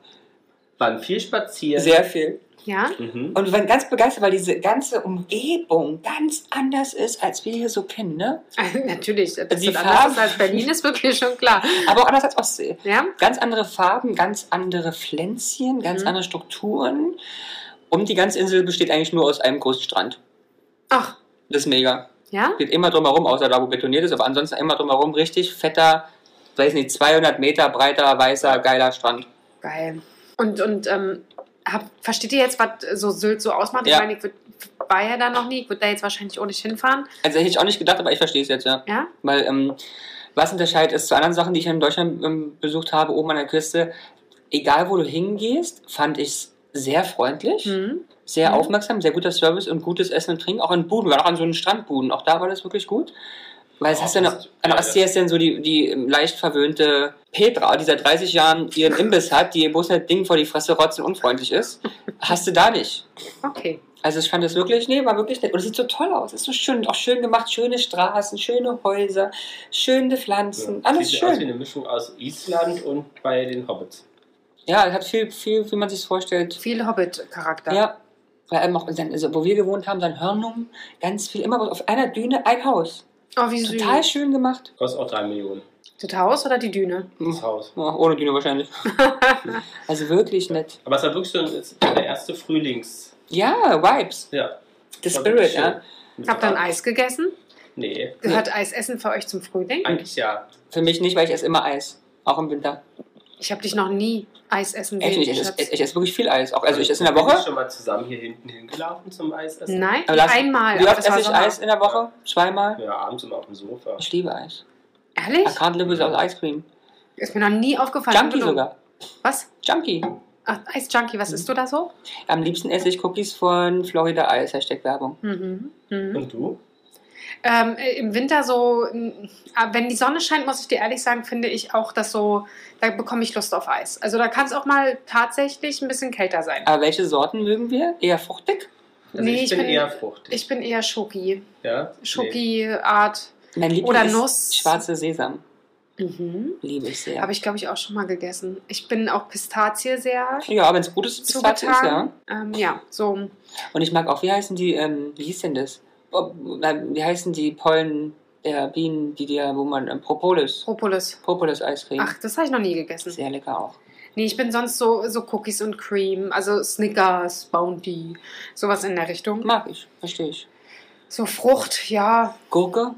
Speaker 3: Waren viel spazieren.
Speaker 2: Sehr viel.
Speaker 1: Ja?
Speaker 3: Mhm.
Speaker 2: Und wir waren ganz begeistert, weil diese ganze Umgebung ganz anders ist, als wir hier so kennen, ne?
Speaker 1: Natürlich, dass
Speaker 2: Die
Speaker 1: das anders
Speaker 2: Farben-
Speaker 1: ist als Berlin ist wirklich schon klar.
Speaker 2: Aber auch anders als Ostsee.
Speaker 1: Ja?
Speaker 2: Ganz andere Farben, ganz andere Pflänzchen, ganz
Speaker 1: Mhm.
Speaker 2: andere Strukturen. Und die ganze Insel besteht eigentlich nur aus einem großen Strand.
Speaker 1: Ach,
Speaker 2: Das ist mega.
Speaker 1: ja?
Speaker 2: Geht immer drumherum, außer da, wo betoniert ist, aber ansonsten immer drumherum richtig fetter, weiß nicht, 200 Meter breiter, weißer, geiler Strand.
Speaker 1: Geil. Und, und ähm, hab, versteht ihr jetzt, was so Sylt so ausmacht? Ich
Speaker 2: Ja.
Speaker 1: meine, ich würd, war ja da noch nie, ich würde da jetzt wahrscheinlich auch nicht hinfahren.
Speaker 2: Also hätte ich auch nicht gedacht, aber ich verstehe es jetzt, ja.
Speaker 1: Ja?
Speaker 2: Weil ähm, was unterscheidet es zu anderen Sachen, die ich in Deutschland ähm, besucht habe, oben an der Küste, egal wo du hingehst, fand ich es sehr freundlich,
Speaker 1: Mhm.
Speaker 2: sehr
Speaker 1: Mhm.
Speaker 2: aufmerksam, sehr guter Service und gutes Essen und Trinken. Auch in Buden, war auch an so einem Strandbuden, auch da war das wirklich gut. Weil es
Speaker 3: Ja,
Speaker 2: hast du ja noch,
Speaker 3: das-
Speaker 2: an
Speaker 3: ja,
Speaker 2: der Ostsee ist dann so die, die ähm, leicht verwöhnte Petra, die seit 30 Jahren ihren Imbiss hat, die bloß ein Ding vor die Fresse rotzt und unfreundlich ist. Hast du da nicht.
Speaker 1: Okay.
Speaker 2: Also ich fand das wirklich, nee, war wirklich nett. Und es sieht so toll aus. Es ist so schön, auch schön gemacht. Schöne Straßen, schöne Häuser, schöne Pflanzen, alles
Speaker 3: Sieht Aus wie
Speaker 2: schön.
Speaker 3: eine Mischung aus Island und bei den Hobbits.
Speaker 2: Ja, es hat viel, viel, wie man sich vorstellt.
Speaker 1: Viel Hobbit-Charakter.
Speaker 2: Ja. Vor allem auch, in San- also, wo wir gewohnt haben, dann Hörnum, ganz viel, immer auf einer Düne ein Haus.
Speaker 1: Oh, wie süß.
Speaker 2: Total schön gemacht.
Speaker 3: Kostet auch 3 Millionen.
Speaker 1: Das Haus oder die Düne?
Speaker 2: Mhm.
Speaker 3: Das Haus.
Speaker 2: Ja, ohne Düne wahrscheinlich. also wirklich nett.
Speaker 3: Aber es war wirklich so ein, es war der erste Frühlings.
Speaker 2: Ja, Vibes.
Speaker 3: Ja.
Speaker 2: The
Speaker 3: war
Speaker 2: Spirit,
Speaker 3: wirklich schön.
Speaker 2: ja.
Speaker 1: Habt ihr ein Eis gegessen?
Speaker 3: Nee,
Speaker 1: Gehört Eisessen für euch zum Frühling?
Speaker 3: eigentlich ja.
Speaker 2: Für mich nicht, weil ich esse immer Eis. Auch im Winter.
Speaker 1: Ich habe dich noch nie Eis essen
Speaker 2: Echt
Speaker 1: sehen.
Speaker 2: nicht, ich esse,
Speaker 1: Schatz.
Speaker 2: ich esse wirklich viel Eis. Auch, also ich esse in der Woche.
Speaker 3: Sind wir schon mal zusammen hier hinten hingelaufen zum Eisessen?
Speaker 1: Nein,
Speaker 2: Aber lass-
Speaker 1: einmal.
Speaker 2: Wie
Speaker 1: aber
Speaker 2: oft
Speaker 1: das war
Speaker 2: esse ich
Speaker 1: Sommer.
Speaker 2: Eis in der Woche? Zweimal?
Speaker 3: Ja, abends immer auf dem Sofa.
Speaker 2: Ich liebe Eis.
Speaker 1: Ehrlich?
Speaker 2: Arcade Lippe ist aus Eiscreme.
Speaker 1: Ist mir noch nie aufgefallen.
Speaker 2: Junkie
Speaker 1: Unbedingt.
Speaker 2: sogar. Mhm.
Speaker 1: Was?
Speaker 2: Junkie.
Speaker 1: Ach, Eisjunkie, was isst du da so?
Speaker 2: Am liebsten esse ich Cookies von Florida Eis. Hashtag Werbung.
Speaker 1: Mhm. Mhm.
Speaker 3: Und du?
Speaker 1: ähm, im Winter so, n- ah, wenn die Sonne scheint, muss ich dir ehrlich sagen, finde ich auch, dass so, da bekomme ich Lust auf Eis. Also da kann es auch mal tatsächlich ein bisschen kälter sein.
Speaker 2: Aber Äh, welche Sorten mögen wir? Eher fruchtig?
Speaker 3: Also
Speaker 1: Nee,
Speaker 3: ich,
Speaker 1: ich
Speaker 3: bin
Speaker 1: bin-
Speaker 3: eher fruchtig.
Speaker 1: Ich bin eher Schoki.
Speaker 3: ja? Nee.
Speaker 1: Schoki-Art.
Speaker 2: Mein Liebling
Speaker 1: Oder
Speaker 2: ist
Speaker 1: Nuss.
Speaker 2: schwarze Sesam.
Speaker 1: Mhm.
Speaker 2: Liebe ich sehr.
Speaker 1: Habe ich, glaube ich, auch schon mal gegessen. Ich bin auch Pistazie sehr
Speaker 2: ja, wenn es gut ist, ist Pistazie, ist, ja.
Speaker 1: zugetan. Ähm, ja, so.
Speaker 2: Und ich mag auch, wie heißen die, ähm, wie hieß denn das? Oh, nein, wie heißen die Pollen der Bienen, die dir, wo man, ähm, Propolis,
Speaker 1: Propolis.
Speaker 2: Propolis-Eis kriegen.
Speaker 3: Hm.
Speaker 1: Ach, das habe ich noch nie gegessen.
Speaker 2: Sehr lecker auch.
Speaker 1: Nee, ich bin sonst so, so Cookies und Cream, also Snickers, Bounty, sowas in der Richtung.
Speaker 2: Mag ich, verstehe ich.
Speaker 1: So Frucht, ja,
Speaker 2: Gurke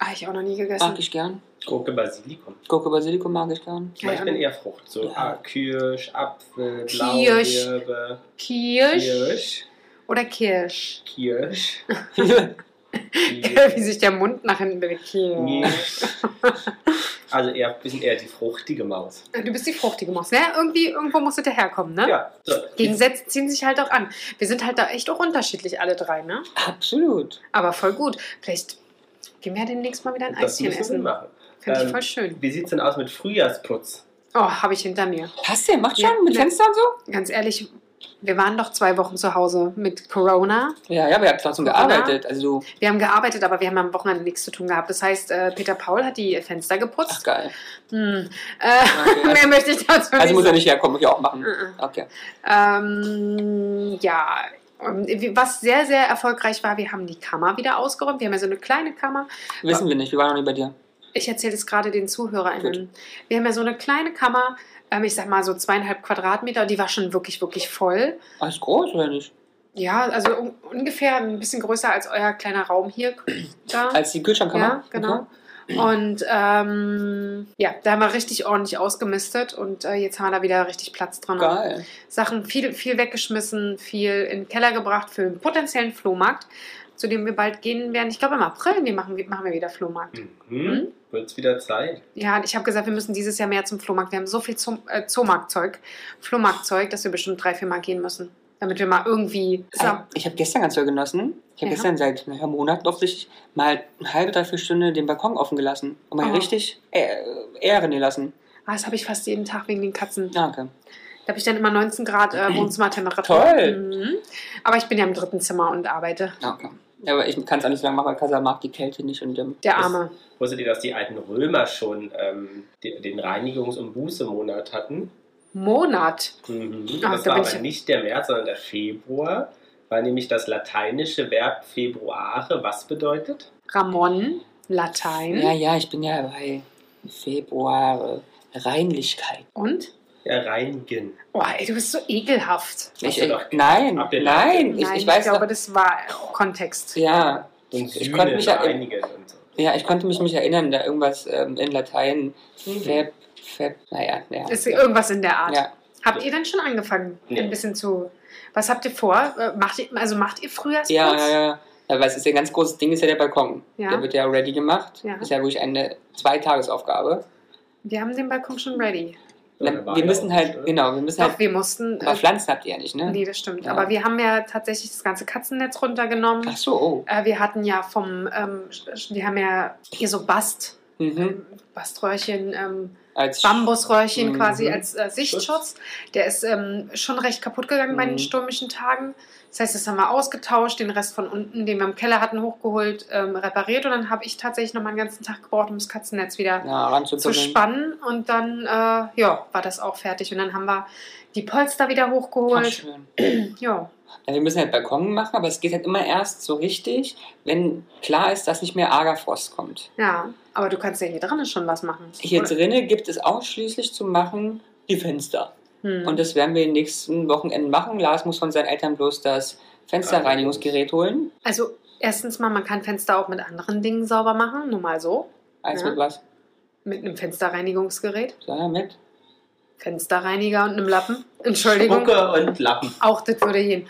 Speaker 1: habe ich auch noch nie
Speaker 2: mag
Speaker 1: gegessen.
Speaker 2: ich gern.
Speaker 3: Gurke Basilikum.
Speaker 2: Gurke Basilikum mag ich gern.
Speaker 3: Aber ich
Speaker 1: Ja.
Speaker 3: bin eher Frucht. So
Speaker 2: Ja.
Speaker 3: ah, Kirsch, Apfel,
Speaker 1: Kirsch.
Speaker 3: Blaubeere,
Speaker 1: Kirsch
Speaker 3: Kirsch,
Speaker 1: oder Kirsch?
Speaker 3: Kirsch,
Speaker 1: Wie sich der Mund nach hinten bewegt. Kirsch.
Speaker 3: Kirsch. Also eher ein bisschen eher die fruchtige Maus.
Speaker 1: Du bist die fruchtige Maus, ne? Irgendwie, irgendwo musst du daherkommen, ne?
Speaker 3: Ja, so.
Speaker 1: Gegensätze ziehen sich halt auch an. Wir sind halt da echt auch unterschiedlich, alle drei, ne?
Speaker 2: Absolut.
Speaker 1: Aber voll gut. Vielleicht gehen wir ja demnächst mal wieder ein
Speaker 3: das
Speaker 1: Eischen
Speaker 3: müssen wir
Speaker 1: essen.
Speaker 3: machen.
Speaker 1: Finde ich
Speaker 3: Ähm,
Speaker 1: voll schön.
Speaker 3: Wie sieht's denn aus mit Frühjahrsputz?
Speaker 1: Oh, habe ich hinter mir.
Speaker 2: Passt der, macht schon
Speaker 1: Ja,
Speaker 2: mit
Speaker 1: ja.
Speaker 2: Fenstern so?
Speaker 1: Ganz ehrlich, wir waren doch zwei Wochen zu Hause mit Corona.
Speaker 2: Ja, ja, aber ihr habt trotzdem
Speaker 1: Ja.
Speaker 2: gearbeitet. Also,
Speaker 1: Wir haben gearbeitet, aber wir haben am Wochenende nichts zu tun gehabt. Das heißt, äh, Peter Paul hat die Fenster
Speaker 2: ach
Speaker 1: geputzt.
Speaker 2: geil.
Speaker 1: Hm. Äh,
Speaker 2: Okay,
Speaker 1: mehr
Speaker 2: also,
Speaker 1: möchte ich dazu
Speaker 2: also muss er
Speaker 1: nicht
Speaker 2: nicht herkommen, muss ich auch machen.
Speaker 1: sagen.
Speaker 2: Okay.
Speaker 1: Ähm, ja, Und was sehr, sehr erfolgreich war, wir haben die Kammer wieder ausgeräumt. Wir haben ja so eine kleine Kammer.
Speaker 2: Wissen wir nicht, wir waren noch nie bei dir.
Speaker 1: Ich erzähle es gerade den ZuhörerInnen. Wir haben ja so eine kleine Kammer, ähm, ich sag mal so zweieinhalb Quadratmeter, und die war schon wirklich, wirklich voll.
Speaker 2: Ah, ist groß oder nicht?
Speaker 1: Ja, also un ungefähr ein bisschen größer als euer kleiner Raum hier. Da.
Speaker 2: Als die ne? Kühlschrankkammer?
Speaker 1: Ja, genau.
Speaker 2: Okay.
Speaker 1: Und ähm, ja, da haben wir richtig ordentlich ausgemistet und äh, jetzt haben wir da wieder richtig Platz dran.
Speaker 2: Geil.
Speaker 1: Sachen viel, viel weggeschmissen, viel in den Keller gebracht für einen potenziellen Flohmarkt, zu dem wir bald gehen werden. Ich glaube im April wir machen, machen wir wieder Flohmarkt. Hm?
Speaker 3: Mhm. Wird's wieder Zeit?
Speaker 1: Ja, und ich habe gesagt, wir müssen dieses Jahr mehr zum Flohmarkt. Wir haben so viel Zoom, äh, Zoomarktzeug, Flohmarktzeug, dass wir bestimmt drei, vier Mal gehen müssen, damit wir mal irgendwie. So,
Speaker 2: Also, Ich habe gestern ganz toll genossen. Ich habe
Speaker 1: Ja.
Speaker 2: gestern seit naja, Monaten offensichtlich mal eine halbe, dreiviertel Stunde den Balkon offen gelassen. Und mal
Speaker 1: Oh.
Speaker 2: richtig äh, Ehren gelassen.
Speaker 1: ah, das habe ich fast jeden Tag wegen den Katzen. Da
Speaker 2: Ah, okay.
Speaker 1: habe ich dann immer 19 Grad äh, Wohnzimmertemperatur.
Speaker 2: Toll.
Speaker 1: Mhm. Aber ich bin ja im dritten Zimmer und arbeite.
Speaker 2: Ah, okay. Aber ich kann es auch nicht so lange machen, weil Kasa mag die Kälte nicht. Und, ähm,
Speaker 1: Der
Speaker 3: Das-
Speaker 1: Arme.
Speaker 3: Wusstet ihr, dass die alten Römer schon ähm, de- den Reinigungs- und Bußemonat hatten?
Speaker 1: Monat.
Speaker 3: Mhm.
Speaker 2: Ah,
Speaker 1: Ach,
Speaker 3: das
Speaker 1: da
Speaker 3: war
Speaker 1: bin
Speaker 3: aber
Speaker 1: ich-
Speaker 3: nicht der März, sondern der Februar, weil nämlich das lateinische Verb februare was bedeutet?
Speaker 1: Ramon, Latein.
Speaker 2: ja, ja, ich bin ja bei Februar äh, Reinlichkeit.
Speaker 1: Und?
Speaker 3: Ja, reinigen.
Speaker 1: Oh, ey, du bist so ekelhaft.
Speaker 2: Ich,
Speaker 3: du
Speaker 2: äh,
Speaker 3: doch
Speaker 2: nein, nein,
Speaker 3: ab den
Speaker 2: nein,
Speaker 1: Nein,
Speaker 2: ich, ich weiß
Speaker 1: glaube,
Speaker 2: noch,
Speaker 1: das war Kontext.
Speaker 2: ja,
Speaker 3: Und
Speaker 2: ich
Speaker 3: Sühne
Speaker 2: konnte mich ja-
Speaker 3: reinigen und so.
Speaker 2: ja, ich konnte mich nicht erinnern, da irgendwas ähm, in Latein, Feb, Feb, naja, ja.
Speaker 1: Ist irgendwas in der Art.
Speaker 2: ja.
Speaker 1: Habt ihr denn schon angefangen,
Speaker 3: Nee.
Speaker 1: ein bisschen zu. Was habt ihr vor? Äh, Macht ihr, also macht ihr Frühjahrsputz?
Speaker 2: Ja, ja, ja. Ja, weil es ist ja ein ganz großes Ding, ist ja der Balkon.
Speaker 1: Ja.
Speaker 2: Der wird ja ready gemacht.
Speaker 1: Ja.
Speaker 2: Ist ja wirklich eine Zweitagesaufgabe.
Speaker 1: Wir haben den Balkon schon ready.
Speaker 3: Ja, da
Speaker 2: Na,
Speaker 3: war
Speaker 2: wir
Speaker 3: ja
Speaker 2: müssen
Speaker 3: auch
Speaker 2: halt,
Speaker 3: nicht, ne?
Speaker 2: genau, wir müssen
Speaker 1: Doch,
Speaker 2: halt.
Speaker 1: wir mussten.
Speaker 2: Aber
Speaker 1: Äh,
Speaker 2: Pflanzen habt ihr ja nicht, ne?
Speaker 1: nee, das stimmt.
Speaker 2: Ja.
Speaker 1: Aber wir haben ja tatsächlich das ganze Katzennetz runtergenommen.
Speaker 2: Ach so, oh.
Speaker 1: Äh, wir hatten ja vom. Ähm, sch- sch- wir haben ja hier so Bast. ähm,
Speaker 2: Mhm.
Speaker 1: Baströhrchen, ähm,
Speaker 2: Als
Speaker 1: Bambusröhrchen
Speaker 2: Mhm.
Speaker 1: quasi als äh, Sichtschutz. Der ist ähm, schon recht kaputt gegangen bei den
Speaker 2: Mhm.
Speaker 1: stürmischen Tagen. Das heißt, das haben wir ausgetauscht, den Rest von unten, den wir im Keller hatten, hochgeholt, ähm, repariert. Und dann habe ich tatsächlich noch mal einen ganzen Tag gebraucht, um das Katzennetz wieder
Speaker 2: ja,
Speaker 1: zu
Speaker 2: ranzubringen.
Speaker 1: spannen. Und dann äh, ja, war das auch fertig. Und dann haben wir die Polster wieder
Speaker 2: Ach,
Speaker 1: hochgeholt.
Speaker 2: schön.
Speaker 1: Ja.
Speaker 2: Ja, wir müssen halt Balkon machen, aber es geht halt immer erst so richtig, wenn klar ist, dass nicht mehr arger Frost kommt.
Speaker 1: ja, aber du kannst ja hier drinnen schon was machen.
Speaker 2: Hier
Speaker 1: oder?
Speaker 2: drinnen gibt es ausschließlich zu machen die Fenster.
Speaker 1: Hm.
Speaker 2: Und das werden wir in den nächsten Wochenenden machen. Lars muss von seinen Eltern bloß das Fensterreinigungsgerät holen.
Speaker 1: also erstens mal, man kann Fenster auch mit anderen Dingen sauber machen, nur mal so.
Speaker 2: Als
Speaker 1: Ja.
Speaker 2: mit was?
Speaker 1: Mit einem Fensterreinigungsgerät.
Speaker 2: Sag mal mit.
Speaker 1: Fensterreiniger und einem Lappen. Entschuldigung.
Speaker 3: Spucke und Lappen.
Speaker 1: Auch das würde gehen.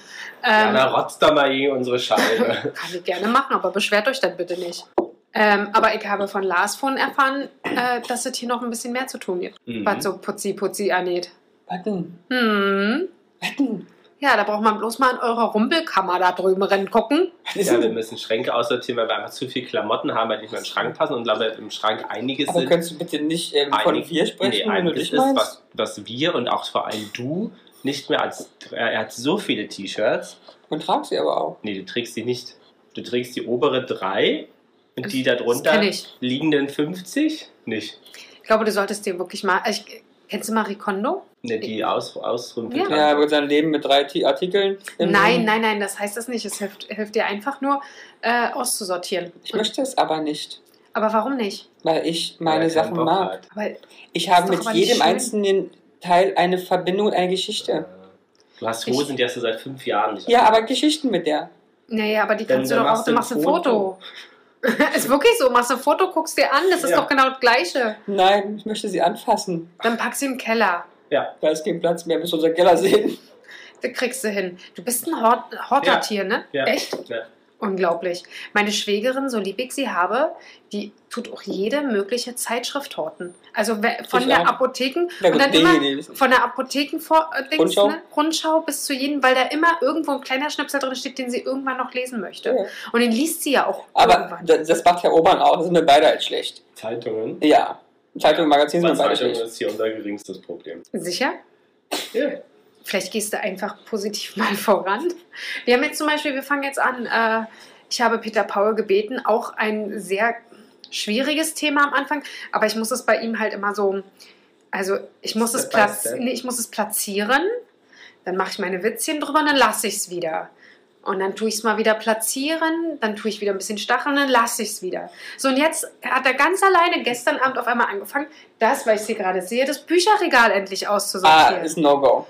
Speaker 1: Ähm,
Speaker 3: Jana rotzt da mal gegen unsere Scheibe.
Speaker 1: kann ich gerne machen, aber beschwert euch dann bitte nicht. Ähm, aber ich habe von Lars von erfahren, äh, dass es hier noch ein bisschen mehr zu tun gibt,
Speaker 3: Mhm.
Speaker 1: was so putzi putzi angeht.
Speaker 2: Warten,
Speaker 1: Hm.
Speaker 2: warten.
Speaker 1: Ja, da braucht man bloß mal in eurer Rumpelkammer da drüben rennen gucken.
Speaker 3: Ja, wir müssen Schränke aussortieren, weil wir einfach zu viel Klamotten haben, weil die nicht mehr in den Schrank passen und weil im Schrank einiges
Speaker 2: Aber
Speaker 3: sind.
Speaker 2: könntest du bitte nicht ähm, von
Speaker 3: Einig-
Speaker 2: wir sprechen,
Speaker 3: nee,
Speaker 2: wenn du
Speaker 3: einiges
Speaker 2: dich
Speaker 3: ist,
Speaker 2: meinst?
Speaker 3: was, was wir und auch vor allem du nicht mehr als. Er hat so viele T-Shirts.
Speaker 2: Und trag sie aber auch.
Speaker 3: Nee, du trägst die nicht. Du trägst die obere drei und die
Speaker 1: Das
Speaker 3: darunter
Speaker 1: kenn ich.
Speaker 3: liegenden 50 nicht.
Speaker 1: Ich glaube, du solltest dir wirklich mal. also Ich, kennst du Marie Kondo?
Speaker 3: Ne, die aus,
Speaker 1: Ja.
Speaker 3: ausrümpfen.
Speaker 2: Ja, aber sein Leben mit drei T Artikeln. im-
Speaker 1: Nein, nein, nein, das heißt das nicht. Es hilft, hilft dir einfach nur äh, auszusortieren.
Speaker 2: Ich möchte es aber nicht,
Speaker 1: Aber warum nicht?
Speaker 2: weil ich meine
Speaker 3: Weil er keinen
Speaker 2: Sachen
Speaker 3: Bock
Speaker 2: mag.
Speaker 3: hat.
Speaker 1: Aber
Speaker 2: Ich
Speaker 1: Ist
Speaker 2: habe
Speaker 1: doch
Speaker 2: mit
Speaker 1: aber nicht
Speaker 2: jedem
Speaker 1: schön.
Speaker 2: einzelnen Teil eine Verbindung und eine Geschichte.
Speaker 3: Äh. Du hast
Speaker 1: Ich-
Speaker 3: Hosen, die hast du seit fünf Jahren nicht.
Speaker 2: Ja, aber
Speaker 3: angezogen.
Speaker 2: Geschichten mit der.
Speaker 1: naja, aber die
Speaker 3: Dann-
Speaker 1: kannst
Speaker 3: dann
Speaker 1: du doch auch,
Speaker 3: machst
Speaker 1: du
Speaker 3: du
Speaker 1: machst
Speaker 3: ein
Speaker 1: ein Foto. ist wirklich so, machst ein Foto, guckst dir an, das ist
Speaker 3: Ja.
Speaker 1: doch genau das Gleiche.
Speaker 2: Nein, ich möchte sie anfassen.
Speaker 1: Dann packst du im Keller.
Speaker 2: Da ist kein Platz mehr, bis unser Keller sehen.
Speaker 1: Das kriegst du hin. Du bist ein Hort Hortertier, ne?
Speaker 3: Ja.
Speaker 1: Echt?
Speaker 3: Ja.
Speaker 1: Unglaublich. Meine Schwägerin, so lieb ich sie habe, die tut auch jede mögliche Zeitschrift horten. Also we- von
Speaker 2: Ich
Speaker 1: der
Speaker 2: auch.
Speaker 1: Apotheken
Speaker 2: Na
Speaker 1: und
Speaker 2: gut,
Speaker 1: dann
Speaker 2: nee,
Speaker 1: immer
Speaker 2: nee.
Speaker 1: von der Apotheken vor äh, Dings,
Speaker 2: Rundschau?
Speaker 1: Ne? Rundschau bis zu jedem, weil da immer irgendwo ein kleiner Schnipsel drin steht, den sie irgendwann noch lesen möchte.
Speaker 2: Ja.
Speaker 1: Und den liest sie ja auch
Speaker 2: Aber
Speaker 1: irgendwann.
Speaker 2: das, das macht Herr Obern auch, das sind wir beide halt schlecht.
Speaker 3: Zeitungen.
Speaker 2: Ja. Zeitung, Magazin sind wir beide
Speaker 3: Zeitungen
Speaker 2: schlecht.
Speaker 3: ist hier unser geringstes Problem.
Speaker 1: Sicher?
Speaker 3: Ja.
Speaker 1: Vielleicht gehst du einfach positiv mal voran. Wir haben jetzt zum Beispiel, wir fangen jetzt an, äh, ich habe Peter Paul gebeten, auch ein sehr schwieriges Thema am Anfang, aber ich muss es bei ihm halt immer so, also ich muss, es,
Speaker 3: Step by
Speaker 1: platz,
Speaker 3: step.
Speaker 1: nee, ich muss es platzieren, dann mache ich meine Witzchen drüber und dann lasse ich es wieder. Und dann tue ich es mal wieder platzieren, dann tue ich wieder ein bisschen stacheln, dann lasse ich es wieder. So, und jetzt hat er ganz alleine gestern Abend auf einmal angefangen, das, weil ich es hier gerade sehe, das Bücherregal endlich
Speaker 2: Ah,
Speaker 1: auszusortieren.
Speaker 2: ist ein No-Go.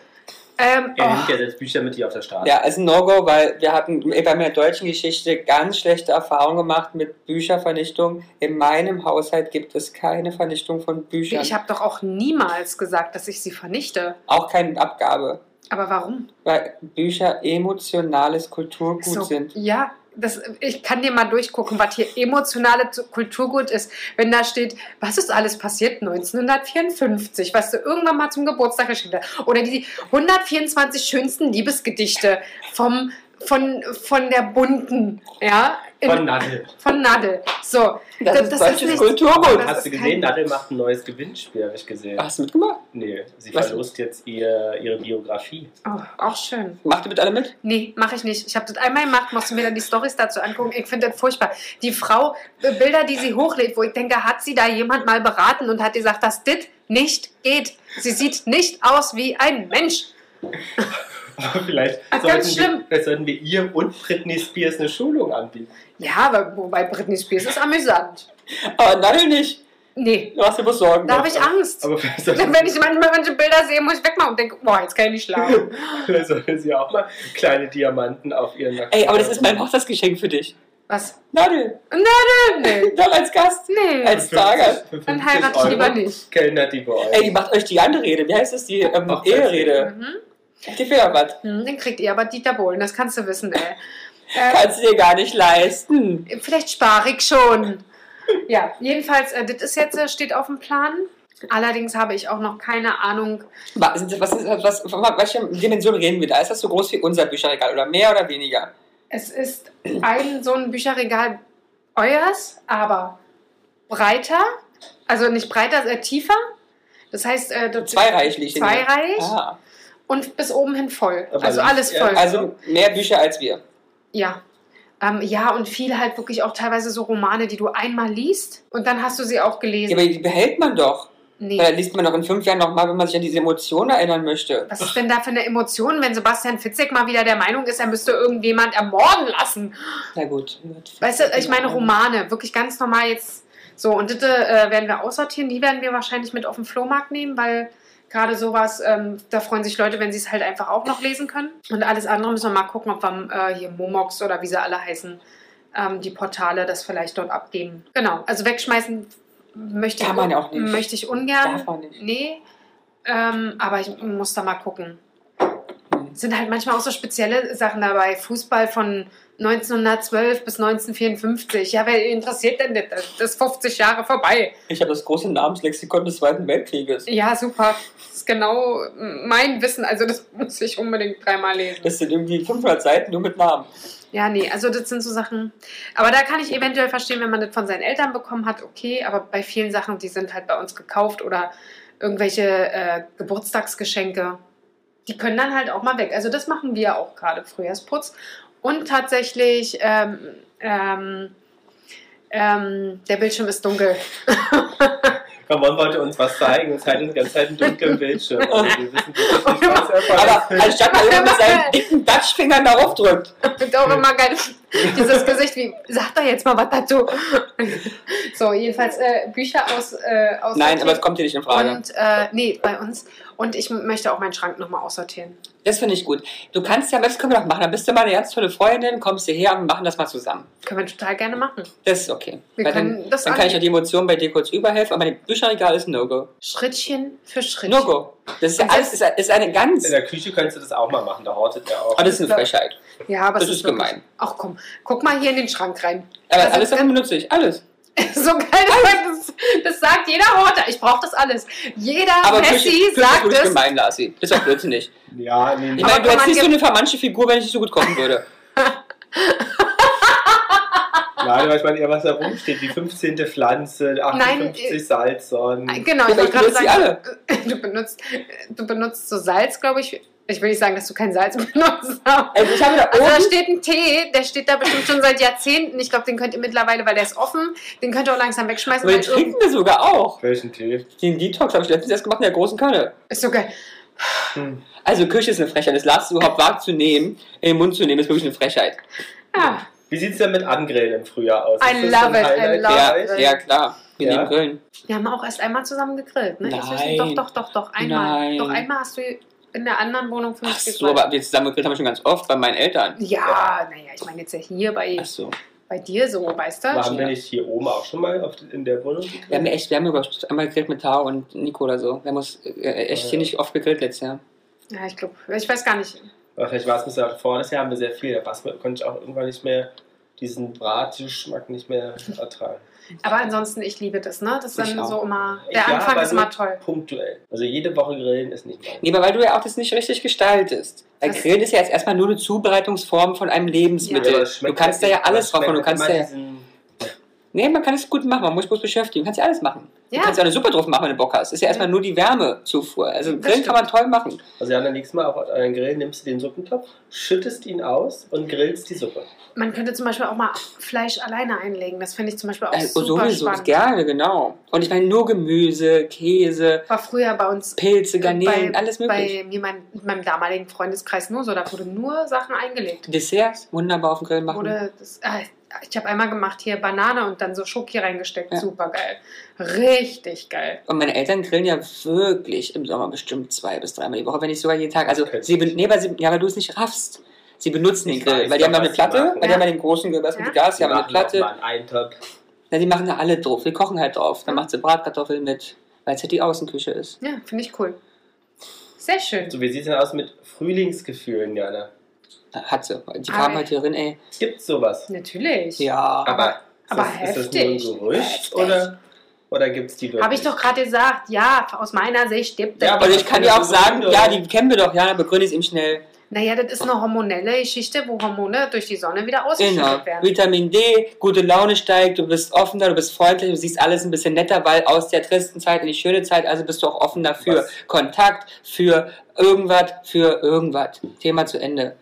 Speaker 1: ähm,
Speaker 3: Er
Speaker 1: oh.
Speaker 3: nimmt ja selbst Bücher mit dir auf der Straße.
Speaker 2: Ja, ist ein No-Go, weil wir hatten bei meiner deutschen Geschichte ganz schlechte Erfahrungen gemacht mit Büchervernichtung. In meinem Haushalt gibt es keine Vernichtung von Büchern.
Speaker 1: Ich habe doch auch niemals gesagt, dass ich sie vernichte.
Speaker 2: auch keine Abgabe.
Speaker 1: Aber warum?
Speaker 2: Weil Bücher emotionales Kulturgut
Speaker 1: So,
Speaker 2: sind.
Speaker 1: Ja, das, ich kann dir mal durchgucken, was hier emotionale Zu- Kulturgut ist. Wenn da steht, was ist alles passiert 1954, was du irgendwann mal zum Geburtstag geschrieben hast. Oder die 124 schönsten Liebesgedichte vom, von, von der bunten, ja, in,
Speaker 3: Von Nadel.
Speaker 1: von Nadel. So,
Speaker 2: Das,
Speaker 1: das-
Speaker 2: ist
Speaker 1: das ist
Speaker 2: deutsches
Speaker 1: nicht-
Speaker 2: Kulturgut.
Speaker 1: Das
Speaker 3: Hast du
Speaker 1: ist kein-
Speaker 3: gesehen, Nadel macht ein neues Gewinnspiel, habe ich gesehen.
Speaker 2: Hast du mitgemacht?
Speaker 3: Nee, sie
Speaker 2: Was?
Speaker 3: verlost jetzt ihr, ihre Biografie.
Speaker 1: oh, auch schön.
Speaker 2: Macht ihr mit alle mit?
Speaker 1: Nee, mache ich nicht. Ich habe das einmal gemacht, musste mir dann die Stories dazu angucken. Ich finde das furchtbar. Die Frau, äh, Bilder, die sie hochlädt, wo ich denke, hat sie da jemand mal beraten und hat gesagt, dass dit nicht geht. Sie sieht nicht aus wie ein Mensch.
Speaker 3: vielleicht,
Speaker 1: Ach,
Speaker 3: sollten
Speaker 1: ganz schlimm.
Speaker 3: wir, vielleicht sollten wir ihr und Britney Spears eine Schulung anbieten.
Speaker 1: Ja, aber wobei Britney Spears ist amüsant.
Speaker 2: Aber Nadel nicht.
Speaker 1: Nee,
Speaker 2: Du hast dir bloß Sorgen.
Speaker 1: da habe ich Angst.
Speaker 3: Aber vielleicht sollten,
Speaker 1: Wenn ich manchmal manche Bilder sehe, muss ich wegmachen und denke, boah, jetzt kann ich nicht schlafen.
Speaker 3: vielleicht sollten sie auch mal kleine Diamanten auf ihren Nacken
Speaker 2: Ey, aber das ist mein
Speaker 3: haben.
Speaker 2: Hochzeitsgeschenk für dich.
Speaker 1: Was?
Speaker 2: Nadel,
Speaker 1: Nee,
Speaker 2: doch als Gast.
Speaker 1: nee.
Speaker 2: Als-
Speaker 3: Für 50 für
Speaker 1: Dann
Speaker 3: 50
Speaker 1: heirate ich
Speaker 3: Euro
Speaker 1: lieber nicht.
Speaker 3: Kellnert die bei euch.
Speaker 2: Ey, die macht euch die andere Rede. Wie heißt es? Die ähm,
Speaker 3: Hochzeitsrede.
Speaker 2: Eherede.
Speaker 1: Mhm.
Speaker 2: Die fehlt was.
Speaker 1: Hm, Den kriegt ihr aber Dieter Bohlen, das kannst du wissen, ey. Äh,
Speaker 2: Kannst du dir gar nicht leisten.
Speaker 1: Vielleicht spare ich schon. Ja, jedenfalls, äh, das ist jetzt, äh, steht auf dem Plan. Allerdings habe ich auch noch keine Ahnung.
Speaker 2: Was, sind das- was, ist- äh, was, von welcher Dimension reden wir da? Ist das so groß wie unser Bücherregal oder mehr oder weniger?
Speaker 1: Es ist ein so ein Bücherregal eures, aber breiter. Also nicht breiter, äh, tiefer. Das heißt, äh, dort-
Speaker 2: Zweireich liegt in mir.
Speaker 1: Zweireich
Speaker 2: Ah,
Speaker 1: und bis oben hin voll.
Speaker 3: Aber
Speaker 1: also
Speaker 3: nicht-
Speaker 1: alles
Speaker 3: ja,
Speaker 1: voll.
Speaker 2: also mehr Bücher als wir.
Speaker 1: Ja. Ähm, ja, und viel halt wirklich auch teilweise so Romane, die du einmal liest und dann hast du sie auch
Speaker 2: Ja,
Speaker 1: gelesen.
Speaker 2: aber äh, die behält man doch.
Speaker 1: nee.
Speaker 2: Da liest man doch in fünf Jahren nochmal, wenn man sich an diese Emotionen erinnern möchte.
Speaker 1: Was ist denn da für eine Emotion, wenn Sebastian Fitzek mal wieder der Meinung ist, er müsste irgendjemand ermorden lassen?
Speaker 2: Na gut.
Speaker 1: Weißt du, ich meine Romane, wirklich ganz normal jetzt so. Und diese äh, werden wir aussortieren, die werden wir wahrscheinlich mit auf den Flohmarkt nehmen, weil gerade sowas, ähm, da freuen sich Leute, wenn sie es halt einfach auch noch lesen können. Und alles andere müssen wir mal gucken, ob wir äh, hier Momox oder wie sie alle heißen, ähm, die Portale das vielleicht dort abgeben. Genau, also wegschmeißen möchte,
Speaker 2: Kann
Speaker 1: ich,
Speaker 2: man auch nicht.
Speaker 1: möchte ich ungern.
Speaker 2: Darf man nicht.
Speaker 1: Nee, ähm, aber ich muss da mal gucken. sind halt manchmal auch so spezielle Sachen dabei. Fußball von 1912 bis 1954. Ja, wer interessiert denn das? Das ist 50 Jahre vorbei.
Speaker 2: Ich habe das große Namenslexikon des Zweiten Weltkrieges.
Speaker 1: Ja, super. Das ist genau mein Wissen. Also das muss ich unbedingt dreimal lesen.
Speaker 2: Das sind irgendwie 500 Seiten nur mit Namen.
Speaker 1: Ja, nee, also das sind so Sachen. Aber da kann ich eventuell verstehen, wenn man das von seinen Eltern bekommen hat, okay, aber bei vielen Sachen, die sind halt bei uns gekauft oder irgendwelche äh, Geburtstagsgeschenke, die können dann halt auch mal weg. Also das machen wir auch gerade, Frühjahrsputz. Und tatsächlich, ähm, ähm, ähm, der Bildschirm ist dunkel.
Speaker 3: Ramon wollte uns was zeigen, es hat uns die ganze Zeit einen dunklen Bildschirm. Also, wir wissen wirklich nicht, was er von
Speaker 2: Aber anstatt mal mit seinen dicken Dutchfingern darauf drückt.
Speaker 1: Und auch immer geil dieses Gesicht wie, sag doch jetzt mal was dazu. so, jedenfalls äh, Bücher aus, äh, aus
Speaker 2: Nein, aber es kommt hier nicht in Frage.
Speaker 1: Und, äh, nee, bei uns. Und ich m- möchte auch meinen Schrank nochmal aussortieren.
Speaker 2: Das finde ich gut. Du kannst ja, das können wir doch machen. Dann bist du mal eine ganz tolle Freundin, kommst hierher und machen das mal zusammen.
Speaker 1: Können wir total gerne machen.
Speaker 2: Das ist okay.
Speaker 1: Wir
Speaker 2: Weil
Speaker 1: können
Speaker 2: dann,
Speaker 1: das
Speaker 2: dann kann ich ja
Speaker 1: angehen.
Speaker 2: die Emotionen bei dir kurz überhelfen, aber mein Bücherregal ist ein No-Go.
Speaker 1: Schrittchen für Schrittchen.
Speaker 2: No-Go. Das ist ja
Speaker 1: Und
Speaker 2: alles, ist, ist eine
Speaker 3: In
Speaker 2: ganz.
Speaker 3: der Küche könntest du das auch mal machen, da hortet er auch.
Speaker 2: Aber das ist eine Frechheit.
Speaker 1: Ja, aber
Speaker 2: Das
Speaker 1: es
Speaker 2: ist
Speaker 1: wirklich- Also
Speaker 2: gemein.
Speaker 1: Ach komm, guck mal hier in den Schrank rein.
Speaker 2: Aber
Speaker 1: Das
Speaker 2: alles
Speaker 1: ist-
Speaker 2: davon benutze ich. Alles.
Speaker 1: so geil, das, das sagt jeder Horter. Ich brauche das alles. Jeder
Speaker 2: Aber
Speaker 1: Ah, Messi
Speaker 2: Küche, Küche
Speaker 1: sagt
Speaker 2: ist wirklich
Speaker 1: es.
Speaker 2: gemein, Lasi. Das ist auch blödsinnig.
Speaker 3: Ja, nee, nee.
Speaker 2: Ich meine,
Speaker 1: Aber
Speaker 2: du
Speaker 1: wenn
Speaker 2: hättest
Speaker 1: man
Speaker 2: nicht so
Speaker 1: ge-
Speaker 2: eine vermansche Figur, wenn ich nicht so gut kochen würde.
Speaker 3: Nein, weil ich meine eher, was da rumsteht. Die 15. Pflanze, 58
Speaker 1: Nein, äh,
Speaker 3: Salzsäuren.
Speaker 1: Genau, ich
Speaker 2: Aber ich
Speaker 1: wollte gerade
Speaker 2: benutze die
Speaker 1: sagen, du benutzt, du benutzt so Salz, glaube ich. Ich will nicht sagen, dass du kein Salz benutzt. aber-
Speaker 2: Also ich habe da
Speaker 1: Also da
Speaker 2: oben.
Speaker 1: steht ein Tee, der steht da bestimmt schon seit Jahrzehnten. Ich glaube, den könnt ihr mittlerweile, weil der ist offen, den könnt ihr auch langsam wegschmeißen.
Speaker 2: Aber den
Speaker 1: Weil irgend-
Speaker 2: trinken wir sogar auch.
Speaker 3: Welchen Tee?
Speaker 2: Den Detox habe ich letztens erst gemacht in der großen Kanne.
Speaker 1: ist so geil.
Speaker 3: Hm.
Speaker 2: Also Küche ist eine Frechheit. Das Lars überhaupt wahrzunehmen, in den Mund zu nehmen, ist wirklich eine Frechheit.
Speaker 1: Ja.
Speaker 3: Wie sieht es denn mit Angrillen im Frühjahr aus?
Speaker 1: I
Speaker 3: Ist das
Speaker 1: love
Speaker 3: so ein
Speaker 1: it, I
Speaker 3: Highlight
Speaker 1: love it.
Speaker 3: für euch?
Speaker 1: Grillen.
Speaker 2: Ja, klar. Wir
Speaker 3: Ja.
Speaker 2: nehmen Grillen.
Speaker 1: Wir haben auch erst einmal zusammen gegrillt. Ne? Inzwischen-
Speaker 2: Nein.
Speaker 1: Doch, doch, doch, doch. Einmal.
Speaker 2: Nein.
Speaker 1: Doch einmal hast du in der anderen Wohnung für mich
Speaker 2: Ach so, aber wir zusammen gegrillt haben wir schon ganz oft bei meinen Eltern.
Speaker 1: ja, naja, ich meine jetzt ja hier bei,
Speaker 2: Ach so.
Speaker 1: bei dir so, weißt du?
Speaker 3: Waren wir nicht hier oben auch schon mal auf, in der Wohnung?
Speaker 2: Wir haben echt, wir haben über einmal gegrillt mit Tao und Nico oder so. Wir haben uns äh, echt ziemlich oft gegrillt letztes Jahr.
Speaker 1: Ja, ich glaube, ich weiß gar nicht.
Speaker 3: Oder vielleicht war es ein bisschen auch vor, das Jahr haben wir sehr viel. Da war's- konnte ich auch irgendwann nicht mehr diesen Bratgeschmack nicht mehr ertragen.
Speaker 1: Aber ansonsten, ich liebe das, ne? Das ist
Speaker 2: Ich
Speaker 1: dann
Speaker 2: auch.
Speaker 1: so immer. Der
Speaker 3: Ja,
Speaker 1: Anfang
Speaker 3: aber
Speaker 1: ist
Speaker 3: nur
Speaker 1: immer toll.
Speaker 3: Punktuell. Also jede Woche grillen ist nicht mein.
Speaker 2: Nee, aber weil du ja auch das nicht richtig gestaltest. Weil
Speaker 1: Das-
Speaker 2: Grillen ist ja jetzt erstmal nur eine Zubereitungsform von einem Lebensmittel.
Speaker 3: aber es
Speaker 2: du
Speaker 3: schmeckt
Speaker 2: kannst da
Speaker 3: halt-
Speaker 2: ja alles drauf
Speaker 3: aber
Speaker 2: machen. Du
Speaker 3: es schmeckt
Speaker 2: kannst da
Speaker 3: immer
Speaker 2: ja,
Speaker 3: diesen-
Speaker 2: nee, man kann es gut machen. Man muss bloß beschäftigen. Du kannst ja alles machen.
Speaker 1: Ja.
Speaker 2: Du kannst ja auch eine Suppe drauf machen, wenn du Bock hast. Ist ja erstmal
Speaker 1: Ja.
Speaker 2: nur die Wärmezufuhr. Also Grillen kann
Speaker 1: stimmt.
Speaker 2: man toll machen.
Speaker 3: Also ja, dann nächstes Mal auf euren Grill nimmst du den Suppentopf, schüttest ihn aus und grillst die Suppe.
Speaker 1: Man könnte zum Beispiel auch mal Fleisch alleine einlegen. Das finde ich zum Beispiel auch
Speaker 2: Also
Speaker 1: super
Speaker 2: sowieso,
Speaker 1: spannend.
Speaker 2: gerne, genau. Und ich meine nur Gemüse, Käse,
Speaker 1: War früher Äh, bei uns
Speaker 2: Pilze, Garnelen,
Speaker 1: bei,
Speaker 2: alles möglich.
Speaker 1: Bei mir, mein, mit meinem damaligen Freundeskreis nur so, da wurde nur Sachen eingelegt.
Speaker 2: Desserts, wunderbar auf dem Grill machen.
Speaker 1: Wurde das, ah, ich habe einmal gemacht hier Banane und dann so Schoki reingesteckt.
Speaker 2: Ja.
Speaker 1: Super geil. Richtig geil.
Speaker 2: Und meine Eltern grillen ja wirklich im Sommer bestimmt zwei bis dreimal die Woche, wenn nicht sogar jeden Tag. Also
Speaker 3: Okay.
Speaker 2: sie, ben- nee, aber sie ja, weil du es nicht raffst. Sie benutzen den
Speaker 3: Ich
Speaker 2: Grill,
Speaker 3: weiß
Speaker 2: weil die haben
Speaker 3: doch,
Speaker 2: ja eine
Speaker 3: was
Speaker 2: Platte,
Speaker 3: sie machen.
Speaker 2: weil die
Speaker 1: Ja.
Speaker 2: haben ja den großen Grill, was mit
Speaker 1: Ja.
Speaker 2: Gas, die haben
Speaker 3: machen
Speaker 2: eine Platte.
Speaker 3: auch mal einen Eintopf.
Speaker 2: Na, die machen da alle drauf, die kochen halt drauf. Dann
Speaker 1: Mhm.
Speaker 2: macht sie Bratkartoffeln mit, weil es halt die Außenküche ist.
Speaker 1: Ja, finde ich cool. Sehr schön.
Speaker 3: So, wie sieht es denn aus mit Frühlingsgefühlen, Jana?
Speaker 2: Äh, Hat sie. Die
Speaker 1: Ah,
Speaker 2: kamen
Speaker 1: ja.
Speaker 2: halt hier rein, ey.
Speaker 3: Gibt's sowas?
Speaker 1: Natürlich.
Speaker 2: Ja.
Speaker 3: Aber,
Speaker 1: aber
Speaker 3: ist, das, ist das
Speaker 1: heftig.
Speaker 3: nur ein Gerücht oder, oder gibt es die wirklich?
Speaker 1: Habe ich doch gerade gesagt. Ja, aus meiner Sicht gibt es.
Speaker 3: Ja, aber
Speaker 2: Und Also, ich kann dir auch sagen, ja, die kennen wir doch, ja, dann begründe ich es ihm schnell.
Speaker 1: Naja, das ist eine hormonelle Geschichte, wo Hormone durch die Sonne wieder ausgeschüttet
Speaker 2: Genau.
Speaker 1: werden.
Speaker 2: Vitamin D, gute Laune steigt, du bist offener, du bist freundlich, du siehst alles ein bisschen netter, weil aus der tristen Zeit in die schöne Zeit, also bist du auch offener für
Speaker 3: Was?
Speaker 2: Kontakt, für irgendwas, für irgendwas. Thema zu Ende.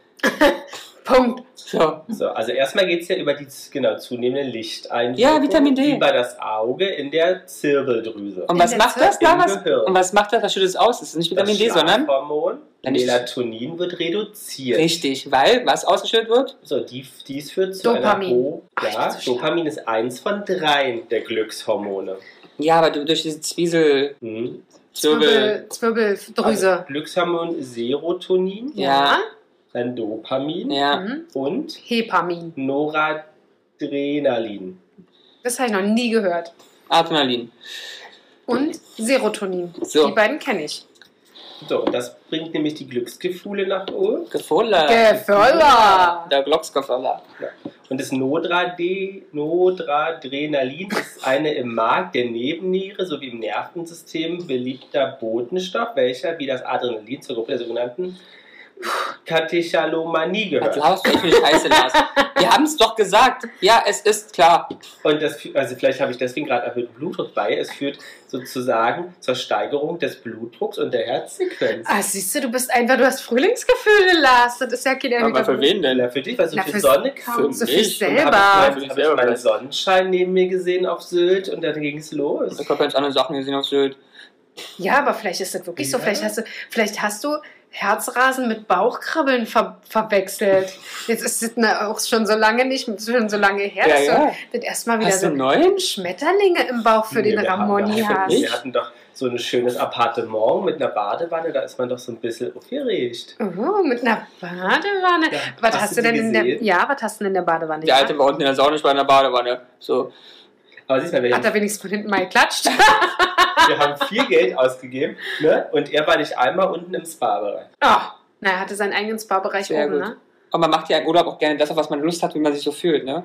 Speaker 1: Punkt.
Speaker 2: So.
Speaker 3: So, also erstmal geht es ja über die genau, zunehmende Lichteinwirkung
Speaker 2: Ja, Vitamin D.
Speaker 3: über das Auge in der Zirbeldrüse.
Speaker 2: Und
Speaker 1: In
Speaker 2: was
Speaker 1: der
Speaker 2: macht
Speaker 1: Zeit
Speaker 2: das da?
Speaker 3: im
Speaker 2: Was,
Speaker 3: Gehirn.
Speaker 2: und was macht das? Was schüttet es aus? Es ist nicht Vitamin D, sondern.
Speaker 3: Hormon
Speaker 2: Ja, nicht-
Speaker 3: Melatonin wird reduziert.
Speaker 2: Richtig, weil was ausgeschüttet wird?
Speaker 3: So, die, dies führt zu
Speaker 1: Dopamin.
Speaker 3: einer Ho
Speaker 1: Ach, ich
Speaker 3: ja,
Speaker 1: bin so schlau.
Speaker 3: Dopamin ist eins von drei der Glückshormone.
Speaker 2: Ja, aber du durch diese Zwiesel.
Speaker 3: Hm.
Speaker 2: Zwirbel.
Speaker 1: Zwirbel, Zwirbeldrüse.
Speaker 3: Also Glückshormon Serotonin,
Speaker 2: Ja.
Speaker 3: dann Dopamin
Speaker 2: Ja.
Speaker 1: Mhm.
Speaker 3: und
Speaker 1: Hepamin.
Speaker 3: Noradrenalin.
Speaker 1: Das habe ich noch nie gehört.
Speaker 2: Adrenalin.
Speaker 1: Und Serotonin.
Speaker 2: So.
Speaker 1: Die beiden kenne ich.
Speaker 3: So, und das bringt nämlich die Glücksgefühle nach oben.
Speaker 2: Gefohler.
Speaker 1: Gefohler.
Speaker 2: Der Glocksgefohler.
Speaker 3: Und das Nodrade- Nodradrenalin ist eine im Mark der Nebenniere sowie im Nervensystem beliebter Botenstoff, welcher wie das Adrenalin zur Gruppe der sogenannten Katechalomanie
Speaker 2: Also
Speaker 3: gehört.
Speaker 2: hast du mich scheiße lassen. Wir haben es doch gesagt. Ja, es ist klar.
Speaker 3: Und das, fü- also vielleicht habe ich deswegen gerade erhöhten Blutdruck bei. Es führt sozusagen zur Steigerung des Blutdrucks und der Herzfrequenz.
Speaker 1: Ah, siehst du, du bist einfach, du hast Frühlingsgefühle, Lars. Das ist ja kein
Speaker 2: Aber für wen denn?
Speaker 3: Na, für dich, weil so
Speaker 1: Na,
Speaker 3: viel
Speaker 1: fürs-
Speaker 3: Sonne kam.
Speaker 2: für
Speaker 1: So viel
Speaker 2: mich?
Speaker 3: Und
Speaker 1: selber.
Speaker 3: Habe
Speaker 2: Für
Speaker 3: ich,
Speaker 2: mich
Speaker 3: mal- hab ich
Speaker 2: selber.
Speaker 3: meinen Sonnenschein neben mir gesehen auf Sylt und dann ging es los.
Speaker 2: Ich habe ganz andere Sachen gesehen auf Sylt.
Speaker 1: Ja, aber vielleicht ist das wirklich so.
Speaker 3: Ja.
Speaker 1: Vielleicht hast du, vielleicht hast du Herzrasen mit Bauchkrabbeln ver verwechselt. Jetzt ist es na- auch schon so lange nicht, schon so lange her, dass du das erstmal wieder
Speaker 2: Hast
Speaker 1: so
Speaker 2: du einen neuen?
Speaker 1: Schmetterlinge im Bauch für
Speaker 3: Nee,
Speaker 1: den
Speaker 3: wir haben
Speaker 1: Ramoni
Speaker 3: doch-
Speaker 1: hast.
Speaker 3: Wir hatten doch so ein schönes Appartement mit einer Badewanne, da ist man doch so ein bisschen aufgeregt.
Speaker 1: Oh, mit einer Badewanne.
Speaker 3: Ja,
Speaker 1: Was hast, du denn
Speaker 3: die
Speaker 1: in der,
Speaker 3: gesehen?
Speaker 1: ja, was hast du denn in der Badewanne?
Speaker 2: Der alte
Speaker 1: gemacht?
Speaker 2: war unten in der Sauna, ich war in der Badewanne. So,
Speaker 3: Aber siehst mal, wir,
Speaker 1: Hat er wenigstens von hinten mal geklatscht? Oh,
Speaker 3: wir haben viel Geld ausgegeben ne? und er war nicht einmal unten im Spa-Bereich.
Speaker 1: Oh, na, er hatte seinen eigenen Spa-Bereich
Speaker 2: Sehr
Speaker 1: oben,
Speaker 2: gut.
Speaker 1: ne?
Speaker 2: Und man macht ja im Urlaub auch gerne das, auf was man Lust hat, wie man sich so fühlt, ne?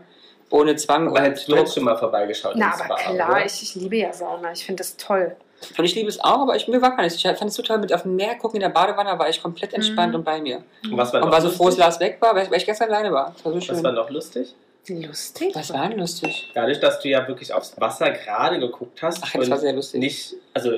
Speaker 2: Ohne Zwang
Speaker 3: Aber
Speaker 2: und
Speaker 3: hättest du jetzt
Speaker 2: Druck.
Speaker 3: schon mal vorbeigeschaut
Speaker 1: Na,
Speaker 3: im Spa?
Speaker 1: aber klar,
Speaker 3: oder?
Speaker 1: ich, ich liebe ja Sauna. Ich finde das toll.
Speaker 2: Und ich liebe es auch, aber ich mir war gar nicht. Ich fand es so toll, mit auf dem Meer gucken in der Badewanne war ich komplett entspannt
Speaker 1: Mhm.
Speaker 2: und bei mir.
Speaker 3: Und was war
Speaker 2: Und
Speaker 3: noch
Speaker 2: war so froh, dass
Speaker 3: lustig?
Speaker 2: Lars weg war, weil ich, weil ich gestern alleine war. Das war so
Speaker 3: Was
Speaker 2: schön.
Speaker 3: war noch lustig?
Speaker 1: Lustig.
Speaker 2: Was war denn lustig?
Speaker 3: Dadurch, dass du ja wirklich aufs Wasser gerade geguckt hast
Speaker 2: Ach, das war
Speaker 3: und
Speaker 2: sehr lustig.
Speaker 3: nicht, also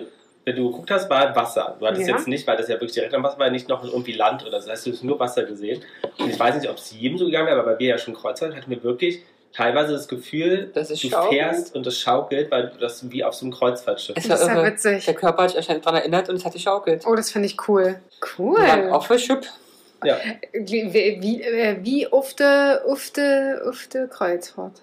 Speaker 3: wenn du geguckt hast, war Wasser. Du hattest
Speaker 1: Ja.
Speaker 3: jetzt nicht, weil das ja wirklich direkt am Wasser war, nicht noch irgendwie Land oder so. Das heißt, du hast nur Wasser gesehen. Und ich weiß nicht, ob es jedem so gegangen wäre, aber bei mir ja schon Kreuzfahrt, hatten wir wirklich teilweise das Gefühl,
Speaker 2: Das ist
Speaker 3: du
Speaker 2: schaukelt.
Speaker 3: fährst und das schaukelt, weil du das wie auf so einem Kreuzfahrtschiff.
Speaker 2: Es war
Speaker 1: Das ist ja
Speaker 2: irre. Der
Speaker 1: witzig.
Speaker 2: Körper hat sich anscheinend daran erinnert und es hat geschaukelt.
Speaker 1: Oh, das finde ich cool.
Speaker 2: Wir waren
Speaker 1: Cool.
Speaker 2: Auf der Schipp.
Speaker 3: Ja.
Speaker 1: Wie, wie, wie, äh, wie ufte, ufte, ufte Kreuzfahrt.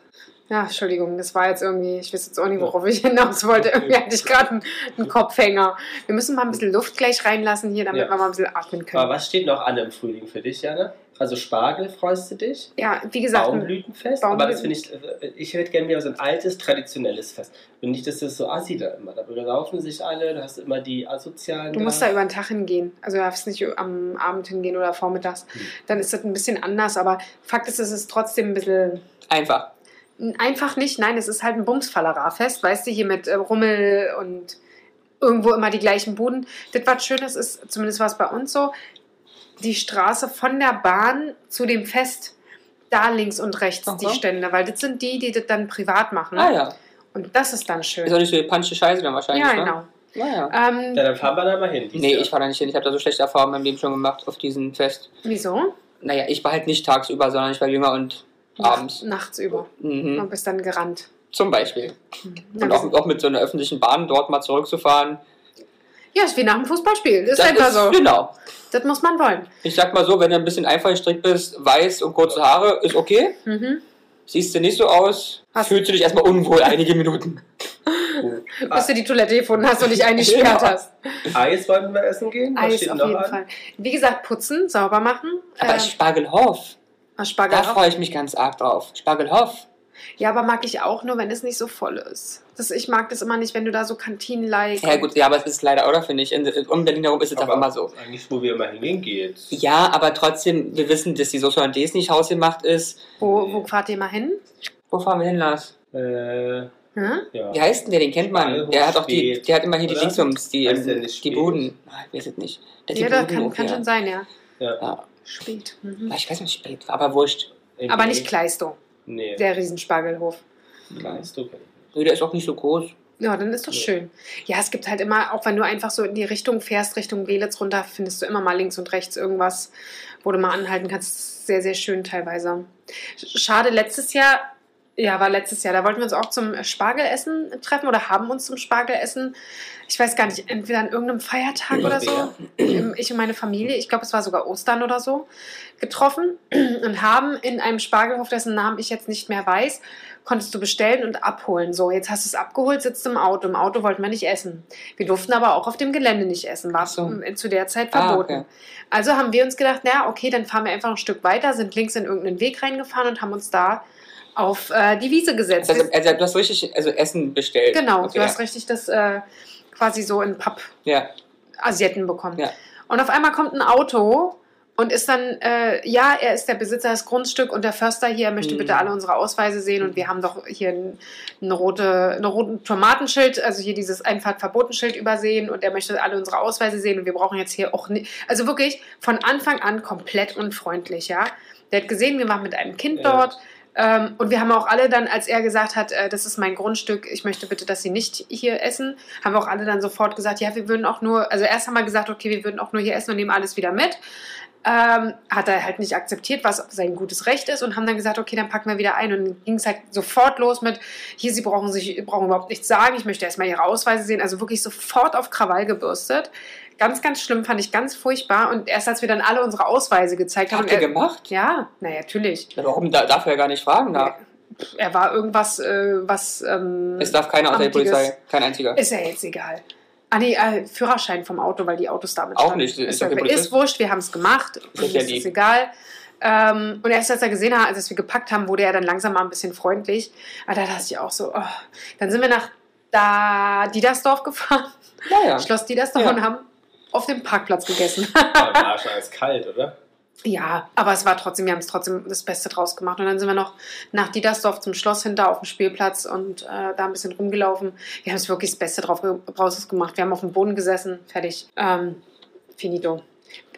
Speaker 1: Ja, Entschuldigung, das war jetzt irgendwie, ich weiß jetzt auch nicht, worauf ich hinaus wollte. Irgendwie hatte ich gerade einen, einen Kopfhänger. Wir müssen mal ein bisschen Luft gleich reinlassen hier, damit
Speaker 3: Ja.
Speaker 1: wir mal ein bisschen atmen
Speaker 3: Aber
Speaker 1: können.
Speaker 3: was steht noch an im Frühling für dich, Jana? Also Spargel freust du dich?
Speaker 1: Ja, wie gesagt,
Speaker 3: Baumblütenfest?
Speaker 1: Baumblüten.
Speaker 3: Aber das finde ich, äh, ich hätte gerne wieder so ein altes, traditionelles Fest. Und nicht, dass das so assi da immer, da laufen sich alle, du hast immer die asozialen.
Speaker 1: du musst da über den Tag hingehen. Also du darfst nicht am Abend hingehen oder vormittags.
Speaker 3: Hm.
Speaker 1: Dann ist das ein bisschen anders. Aber Fakt ist, es ist trotzdem ein bisschen
Speaker 2: Einfach.
Speaker 1: Einfach nicht, nein, es ist halt ein Bumsfallerei-Fest, weißt du, hier mit äh, Rummel und irgendwo immer die gleichen Buden. Das was Schönes ist, zumindest war es bei uns so, die Straße von der Bahn zu dem Fest, da links und rechts
Speaker 2: Aha.
Speaker 1: die Stände, weil das sind die, die das dann privat machen.
Speaker 2: Ah ja.
Speaker 1: Und das ist dann schön.
Speaker 2: Ist auch nicht so die punchte Scheiße dann wahrscheinlich.
Speaker 1: ja,
Speaker 2: ne?
Speaker 1: genau.
Speaker 2: Naja.
Speaker 1: Ähm,
Speaker 3: Ja, dann fahren wir da mal hin. dies
Speaker 2: Nee,
Speaker 3: Jahr.
Speaker 2: ich war da nicht hin. Ich habe da so schlechte Erfahrungen in meinem Leben schon gemacht auf diesem Fest.
Speaker 1: Wieso?
Speaker 2: Naja, ich war halt nicht tagsüber, sondern ich war jünger und abends.
Speaker 1: Nachts über. Und
Speaker 2: Mhm.
Speaker 1: bist dann gerannt.
Speaker 2: Zum Beispiel. Und
Speaker 1: Na,
Speaker 2: auch, auch mit so einer öffentlichen Bahn dort mal zurückzufahren.
Speaker 1: ja, ist wie nach dem Fußballspiel. Ist
Speaker 2: das
Speaker 1: einfach so.
Speaker 2: Genau.
Speaker 1: Das muss man wollen.
Speaker 2: Ich sag mal so, wenn du ein bisschen einfach gestrickt bist, weiß und kurze Haare, ist okay.
Speaker 1: Mhm.
Speaker 2: Siehst du nicht so aus,
Speaker 1: Hast-
Speaker 2: fühlst du dich erstmal unwohl einige Minuten.
Speaker 1: Bis du die Toilette gefunden hast und dich eingesperrt
Speaker 2: Genau.
Speaker 1: hast.
Speaker 3: Ah, Eis wollten wir essen gehen? Was
Speaker 1: Eis
Speaker 3: steht
Speaker 1: auf
Speaker 3: noch
Speaker 1: jeden
Speaker 3: an?
Speaker 1: Fall. Wie gesagt, putzen, sauber machen.
Speaker 2: Aber
Speaker 1: ähm,
Speaker 2: Spargelhof, da
Speaker 1: Spargel auch.
Speaker 2: freue ich mich ganz arg drauf. Spargelhof.
Speaker 1: Ja, aber mag ich auch nur, wenn es nicht so voll ist. Das, ich mag das immer nicht, wenn du da so Kantinen-like.
Speaker 2: Ja gut, ja, aber es ist leider, oder finde ich, in, um Berlin herum ist es auch
Speaker 3: Aber
Speaker 2: immer so.
Speaker 3: Eigentlich, wo wir immer hingehen, geht's.
Speaker 2: Ja, aber trotzdem, wir wissen, dass die Soße Hollandaise nicht hausgemacht ist.
Speaker 1: Wo, wo fahrt ihr mal hin?
Speaker 2: Wo fahren wir hin, Lars?
Speaker 3: Äh,
Speaker 1: Hm?
Speaker 3: ja.
Speaker 2: Wie heißt denn der? Den kennt man.
Speaker 3: Spargelhof
Speaker 2: Der hat auch die,
Speaker 3: steht,
Speaker 2: der hat immer hier die
Speaker 3: oder?
Speaker 2: Dingsums, die, ähm,
Speaker 3: Heißt der nicht
Speaker 2: die
Speaker 3: Spät?
Speaker 2: Buden. Ah, Ich weiß es nicht. Der hat die
Speaker 1: Ja, das
Speaker 2: Buden
Speaker 1: kann,
Speaker 2: auch
Speaker 1: kann
Speaker 2: hier.
Speaker 1: schon sein, ja.
Speaker 3: Ja.
Speaker 2: Ja.
Speaker 1: Spät. Mhm.
Speaker 2: Ah, Ich weiß nicht, spät, aber wurscht.
Speaker 3: Irgendwie-
Speaker 1: Aber nicht Kleistow,
Speaker 3: Nee,
Speaker 1: der Riesenspargelhof.
Speaker 3: klar, ist okay.
Speaker 2: Nö, der ist auch nicht so groß.
Speaker 1: Ja, dann ist doch
Speaker 3: Ja.
Speaker 1: schön. Ja, es gibt halt immer, auch wenn du einfach so in die Richtung fährst, Richtung Belitz runter, findest du immer mal links und rechts irgendwas, wo du mal anhalten kannst. Das ist sehr, sehr schön teilweise. Sch- Schade, letztes Jahr, ja, war letztes Jahr, da wollten wir uns auch zum Spargelessen treffen oder haben uns zum Spargelessen, ich weiß gar nicht, entweder an irgendeinem Feiertag oder so, ähm, ich und meine Familie, ich glaube, es war sogar Ostern oder so, getroffen und haben in einem Spargelhof, dessen Namen ich jetzt nicht mehr weiß, konntest du bestellen und abholen. So, jetzt hast du es abgeholt, sitzt im Auto. Im Auto wollten wir nicht essen. Wir durften aber auch auf dem Gelände nicht essen. War
Speaker 2: Ach so.
Speaker 1: m- zu der Zeit
Speaker 2: Ah,
Speaker 1: verboten.
Speaker 2: okay.
Speaker 1: Also haben wir uns gedacht, naja, okay, dann fahren wir einfach ein Stück weiter, sind links in irgendeinen Weg reingefahren und haben uns da auf äh, die Wiese gesetzt.
Speaker 2: Also, also, du hast richtig also Essen bestellt.
Speaker 1: genau,
Speaker 2: okay,
Speaker 1: du hast
Speaker 2: ja.
Speaker 1: richtig das äh, quasi so in Papp
Speaker 2: Ja,
Speaker 1: Asiaten bekommen.
Speaker 2: Ja.
Speaker 1: Und auf einmal kommt ein Auto und ist dann, äh, ja, er ist der Besitzer des Grundstücks und der Förster hier, er möchte
Speaker 2: Mhm.
Speaker 1: bitte alle unsere Ausweise sehen und wir haben doch hier ein, ein, rote, ein roten Tomatenschild, also hier dieses Einfahrtverbotenschild übersehen und er möchte alle unsere Ausweise sehen und wir brauchen jetzt hier auch, ni- also wirklich von Anfang an komplett unfreundlich, ja. Der hat gesehen, wir waren mit einem Kind
Speaker 3: Ja.
Speaker 1: dort. Ähm, und wir haben auch alle dann, als er gesagt hat, äh, das ist mein Grundstück, ich möchte bitte, dass Sie nicht hier essen, haben wir auch alle dann sofort gesagt, ja, wir würden auch nur, also erst haben wir gesagt, okay, wir würden auch nur hier essen und nehmen alles wieder mit. Ähm, hat er halt nicht akzeptiert, was sein gutes Recht ist und haben dann gesagt, okay, dann packen wir wieder ein. Und dann ging es halt sofort los mit, hier, Sie brauchen sich, brauchen überhaupt nichts sagen, ich möchte erstmal Ihre Ausweise sehen. Also wirklich sofort auf Krawall gebürstet. Ganz, ganz schlimm, fand ich ganz furchtbar. Und erst als wir dann alle unsere Ausweise gezeigt haben,
Speaker 2: Habt ihr
Speaker 1: er-
Speaker 2: gemacht?
Speaker 1: ja, naja, natürlich.
Speaker 2: Ja, Warum da, darf er gar nicht fragen? Da.
Speaker 1: Er war irgendwas, äh, was. Ähm,
Speaker 2: Es darf keiner außer der
Speaker 1: Amtiges.
Speaker 2: Polizei. Kein einziger.
Speaker 1: Ist ja jetzt egal. Ah nee, äh, Führerschein vom Auto, weil die Autos damit
Speaker 2: Auch
Speaker 1: standen.
Speaker 2: nicht, ist
Speaker 1: Ist,
Speaker 2: doch
Speaker 1: ja-
Speaker 2: kein Polizist.
Speaker 1: ist wurscht, wir haben es gemacht. Ist,
Speaker 2: ja die-
Speaker 1: ist egal. Ähm, und erst als er gesehen hat, als wir gepackt haben, wurde er dann langsam mal ein bisschen freundlich. Aber da dachte ich auch so, oh. dann sind wir nach da Diedersdorf gefahren,
Speaker 2: Naja.
Speaker 1: Schloss Diedersdorf
Speaker 2: Ja.
Speaker 1: und haben auf dem Parkplatz gegessen.
Speaker 3: Aber war schon alles kalt, oder?
Speaker 1: Ja, aber es war trotzdem, wir haben es trotzdem das Beste draus gemacht. Und dann sind wir noch nach Diedersdorf zum Schloss hinter auf dem Spielplatz und äh, da ein bisschen rumgelaufen. Wir haben es wirklich das Beste drauf ge- draus gemacht. Wir haben auf dem Boden gesessen, fertig. Ähm, finito.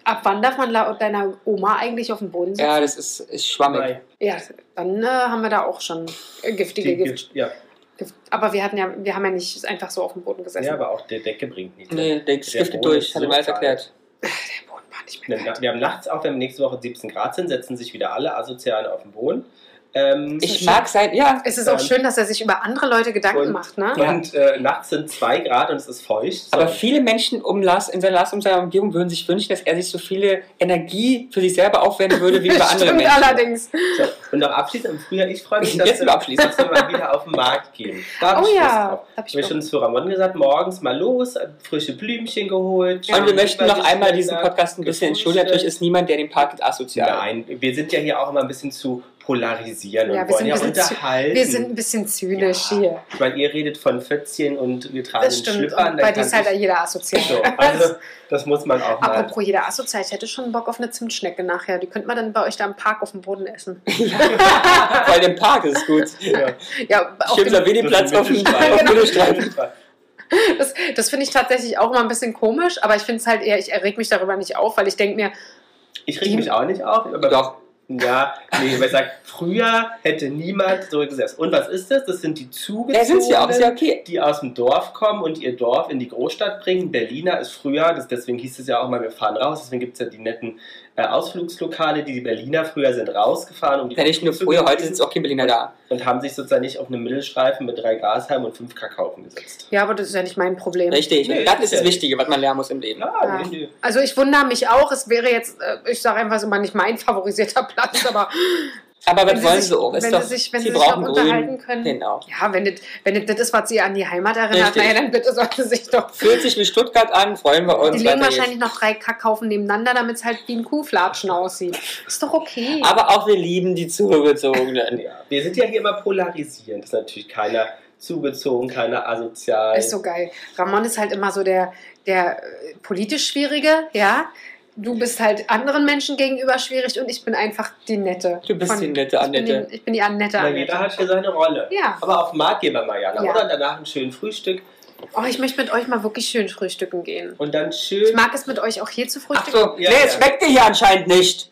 Speaker 1: Ab wann darf man laut deiner Oma eigentlich auf dem Boden sitzen?
Speaker 2: Ja, das ist, ist schwammig.
Speaker 3: Nein.
Speaker 1: Ja, dann äh, haben wir da auch schon äh, giftige
Speaker 3: Die
Speaker 1: Gift.
Speaker 3: gibt, ja.
Speaker 1: Gift. Aber wir hatten ja, wir haben ja nicht einfach so auf dem Boden gesessen.
Speaker 3: ja, aber auch der Decke bringt nichts.
Speaker 2: Nee, der giftet
Speaker 3: Boden
Speaker 2: durch. Hat
Speaker 3: ist
Speaker 2: er
Speaker 3: so
Speaker 2: mir alles
Speaker 3: kalt.
Speaker 2: erklärt.
Speaker 1: Der Boden war nicht mehr kalt.
Speaker 3: Wir haben nachts auch, wenn wir nächste Woche 17 Grad sind, setzen sich wieder alle Asozialen auf den Boden. Ähm,
Speaker 2: Ich mag sein, ja.
Speaker 1: Es ist auch
Speaker 3: Ähm,
Speaker 1: schön, dass er sich über andere Leute Gedanken
Speaker 3: und-
Speaker 1: macht, ne?
Speaker 3: Und äh, nachts sind 2 Grad und es ist feucht.
Speaker 2: Aber
Speaker 3: So.
Speaker 2: viele Menschen um Lars, in seiner, Lars, um seiner Umgebung würden sich wünschen, dass er sich so viele Energie für sich selber aufwenden würde, wie über andere
Speaker 1: Stimmt
Speaker 2: Menschen.
Speaker 1: allerdings.
Speaker 3: So, und noch abschließend im Frühjahr, ich freue mich, dass,
Speaker 2: Jetzt
Speaker 3: wir,
Speaker 2: mal abschließen.
Speaker 3: dass wir mal wieder auf den Markt gehen. Da hab
Speaker 1: Oh
Speaker 3: ich Lust
Speaker 1: ja,
Speaker 3: drauf.
Speaker 1: hab ich
Speaker 3: Ich habe
Speaker 1: Bock.
Speaker 3: schon zu Ramon gesagt, morgens mal los, frische Blümchen geholt.
Speaker 2: Und wir möchten noch einmal diesen
Speaker 3: Podcast.
Speaker 2: Podcast ein bisschen entschuldigen. Natürlich ist niemand, der den Park geht, asozial.
Speaker 3: Nein, wir sind ja hier auch immer ein bisschen zu polarisieren
Speaker 1: Ja,
Speaker 3: und
Speaker 1: wir
Speaker 3: wollen
Speaker 1: sind
Speaker 3: ja
Speaker 1: ein bisschen zu-
Speaker 3: unterhalten.
Speaker 1: Wir sind ein bisschen zynisch
Speaker 3: Ja.
Speaker 1: hier.
Speaker 3: ich meine, ihr redet von Fötzchen und getragenen
Speaker 1: Das stimmt.
Speaker 3: Schlüppern.
Speaker 1: Und
Speaker 3: dann
Speaker 1: bei dir
Speaker 3: kann
Speaker 1: ist halt
Speaker 3: ich-
Speaker 1: jeder asozial.
Speaker 3: so, also, das muss man auch mal.
Speaker 1: Apropos jeder asozial, ich hätte schon Bock auf eine Zimtschnecke nachher. Die könnte man dann bei euch da im Park auf dem Boden essen.
Speaker 2: Weil dem Park ist gut.
Speaker 3: Ja.
Speaker 1: Ja, genau auf
Speaker 2: Schön
Speaker 1: dem,
Speaker 2: wenig Platz auf dem
Speaker 3: Mittelstreifen.
Speaker 1: Genau.
Speaker 2: auf dem Mittelstreifen.
Speaker 1: das, das finde ich tatsächlich auch immer ein bisschen komisch, aber ich finde es halt eher, ich erreg mich darüber nicht auf, weil ich denke mir,
Speaker 3: Ich reg mich auch nicht auf. Aber
Speaker 2: Doch,
Speaker 3: Ja, nee, weil ich sag, früher hätte niemand so gesessen. Und was ist das? Das sind die
Speaker 2: da sind sie auch. Ist ja
Speaker 3: Zugezogenen,
Speaker 2: okay.
Speaker 3: die aus dem Dorf kommen und ihr Dorf in die Großstadt bringen. Berliner ist früher, das, deswegen hieß es ja auch mal, wir fahren raus. Deswegen gibt es ja die netten äh, Ausflugslokale, die die Berliner früher sind rausgefahren. Um die
Speaker 2: Ja, nicht nur früher, heute sitzt auch kein Berliner da.
Speaker 3: Und haben sich sozusagen nicht auf einem Mittelstreifen mit drei Grashalmen und fünf Kakaofen gesetzt.
Speaker 1: ja, aber das ist ja nicht mein Problem.
Speaker 2: Richtig.
Speaker 3: Nee,
Speaker 2: das ist
Speaker 3: ja
Speaker 2: das
Speaker 3: nicht.
Speaker 2: Wichtige, was man lernen muss im Leben.
Speaker 3: Ah,
Speaker 1: Ja.
Speaker 3: nee, nee.
Speaker 1: Also ich wundere mich auch, es wäre jetzt, äh, ich sage einfach so mal nicht mein favorisierter Platz, aber
Speaker 2: Aber
Speaker 1: wenn
Speaker 2: was
Speaker 1: sie
Speaker 2: wollen
Speaker 1: sich-
Speaker 2: sie auch? Ist
Speaker 1: wenn
Speaker 2: doch,
Speaker 1: sie sich- wenn
Speaker 2: sie
Speaker 1: sie sich
Speaker 2: brauchen
Speaker 1: noch
Speaker 2: Grün.
Speaker 1: unterhalten können.
Speaker 2: Genau.
Speaker 1: ja, wenn das, wenn das das ist, was sie an die Heimat erinnert,
Speaker 2: Richtig.
Speaker 1: naja, dann bitte sollte sich doch
Speaker 2: Fühlt sich wie Stuttgart an, freuen wir uns.
Speaker 1: Die legen
Speaker 2: weiter
Speaker 1: wahrscheinlich noch drei Kackhaufen nebeneinander, damit es halt wie ein Kuhflatschen aussieht. Ist doch okay.
Speaker 2: geht's. Aber auch wir lieben die Zurückgezogenen.
Speaker 3: Ja. Wir sind ja hier immer polarisierend. Das ist natürlich keiner zugezogen, keiner asozial.
Speaker 1: ist so geil. Ramon ist halt immer so der, der äh, politisch Schwierige, ja. Du bist halt anderen Menschen gegenüber schwierig und ich bin einfach die Nette.
Speaker 2: Du bist die nette
Speaker 1: ich bin die-
Speaker 2: Annette.
Speaker 1: Ich bin die Annette.
Speaker 3: Na, jeder
Speaker 1: Annette.
Speaker 3: hat hier seine Rolle.
Speaker 1: Ja.
Speaker 3: Aber auf den Markt gehen wir mal, Jana,
Speaker 1: Ja.
Speaker 3: oder? Danach ein schönes Frühstück
Speaker 1: Oh, ich möchte mit euch mal wirklich schön frühstücken gehen.
Speaker 3: und dann
Speaker 1: Ich
Speaker 3: schön.
Speaker 1: mag es mit euch auch hier zu
Speaker 2: Ach
Speaker 1: frühstücken. Oh
Speaker 2: so,
Speaker 3: Ja,
Speaker 2: nee,
Speaker 3: ja.
Speaker 2: es schmeckt dir hier anscheinend nicht.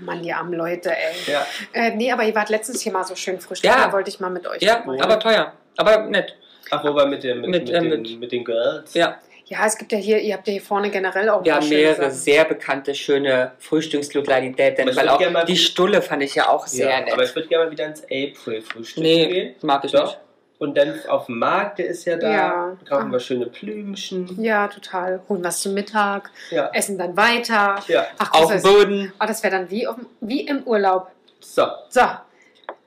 Speaker 1: Mann, die armen Leute, ey.
Speaker 3: Ja.
Speaker 1: Äh, nee, aber ihr wart letztens hier mal so schön frühstücken.
Speaker 2: Ja.
Speaker 1: Da wollte ich mal mit euch.
Speaker 2: Ja,
Speaker 1: mal.
Speaker 2: aber teuer. Aber nett.
Speaker 3: Ach, wo wir mit, dem, mit,
Speaker 2: Mit,
Speaker 3: mit,
Speaker 2: äh,
Speaker 3: den,
Speaker 2: mit-
Speaker 3: mit, den Girls.
Speaker 2: Ja.
Speaker 1: ja, es gibt ja hier, ihr habt ja hier vorne generell auch ein
Speaker 2: Wir
Speaker 1: paar
Speaker 2: haben
Speaker 1: schöne
Speaker 2: mehrere
Speaker 1: Sachen.
Speaker 2: sehr bekannte, schöne Frühstückslokalitäten,
Speaker 3: Aber ich
Speaker 2: weil
Speaker 3: würd
Speaker 2: auch
Speaker 3: gerne mal-
Speaker 2: die Stulle fand ich ja auch sehr
Speaker 3: Ja,
Speaker 2: nett.
Speaker 3: Aber ich würde gerne mal wieder ins April-Frühstück
Speaker 2: nee,
Speaker 3: gehen.
Speaker 2: mag ich
Speaker 3: Doch.
Speaker 2: nicht.
Speaker 3: Und dann auf dem Markt, der ist ja da.
Speaker 1: Ja.
Speaker 3: Kaufen wir schöne Blümchen.
Speaker 1: Ja, total. Holen was zum Mittag,
Speaker 3: Ja.
Speaker 1: essen dann weiter.
Speaker 3: ja.
Speaker 1: Ach,
Speaker 2: Auf
Speaker 1: das,
Speaker 2: dem Boden.
Speaker 1: oh, das wäre dann wie, auf, dem- wie im Urlaub.
Speaker 3: So.
Speaker 1: So,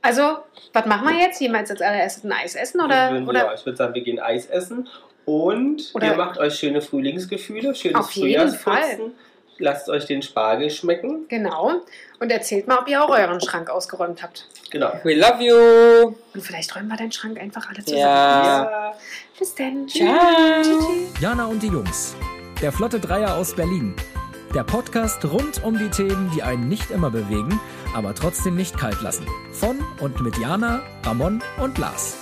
Speaker 1: also, was machen wir jetzt? Jemals als allererstes ein Eis essen
Speaker 3: Wir
Speaker 1: oder,
Speaker 3: würden,
Speaker 1: oder
Speaker 3: ja, ich würde sagen, wir gehen Eis essen. Und
Speaker 1: Oder-
Speaker 3: ihr macht euch schöne Frühlingsgefühle, schönes
Speaker 1: Auf jeden
Speaker 3: Frühjahrsputzen. Lasst euch den Spargel schmecken.
Speaker 1: genau. Und erzählt mal, ob ihr auch euren Schrank ausgeräumt habt.
Speaker 3: Genau.
Speaker 2: We love you.
Speaker 1: Und vielleicht räumen wir deinen Schrank einfach alle zusammen.
Speaker 2: Ja.
Speaker 3: ja.
Speaker 1: Bis dann. Tschüss.
Speaker 2: Ciao.
Speaker 1: Tschüss.
Speaker 4: Jana und die Jungs. Der Flotte Dreier aus Berlin. Der Podcast rund um die Themen, die einen nicht immer bewegen, aber trotzdem nicht kalt lassen. Von und mit Jana, Ramon und Lars.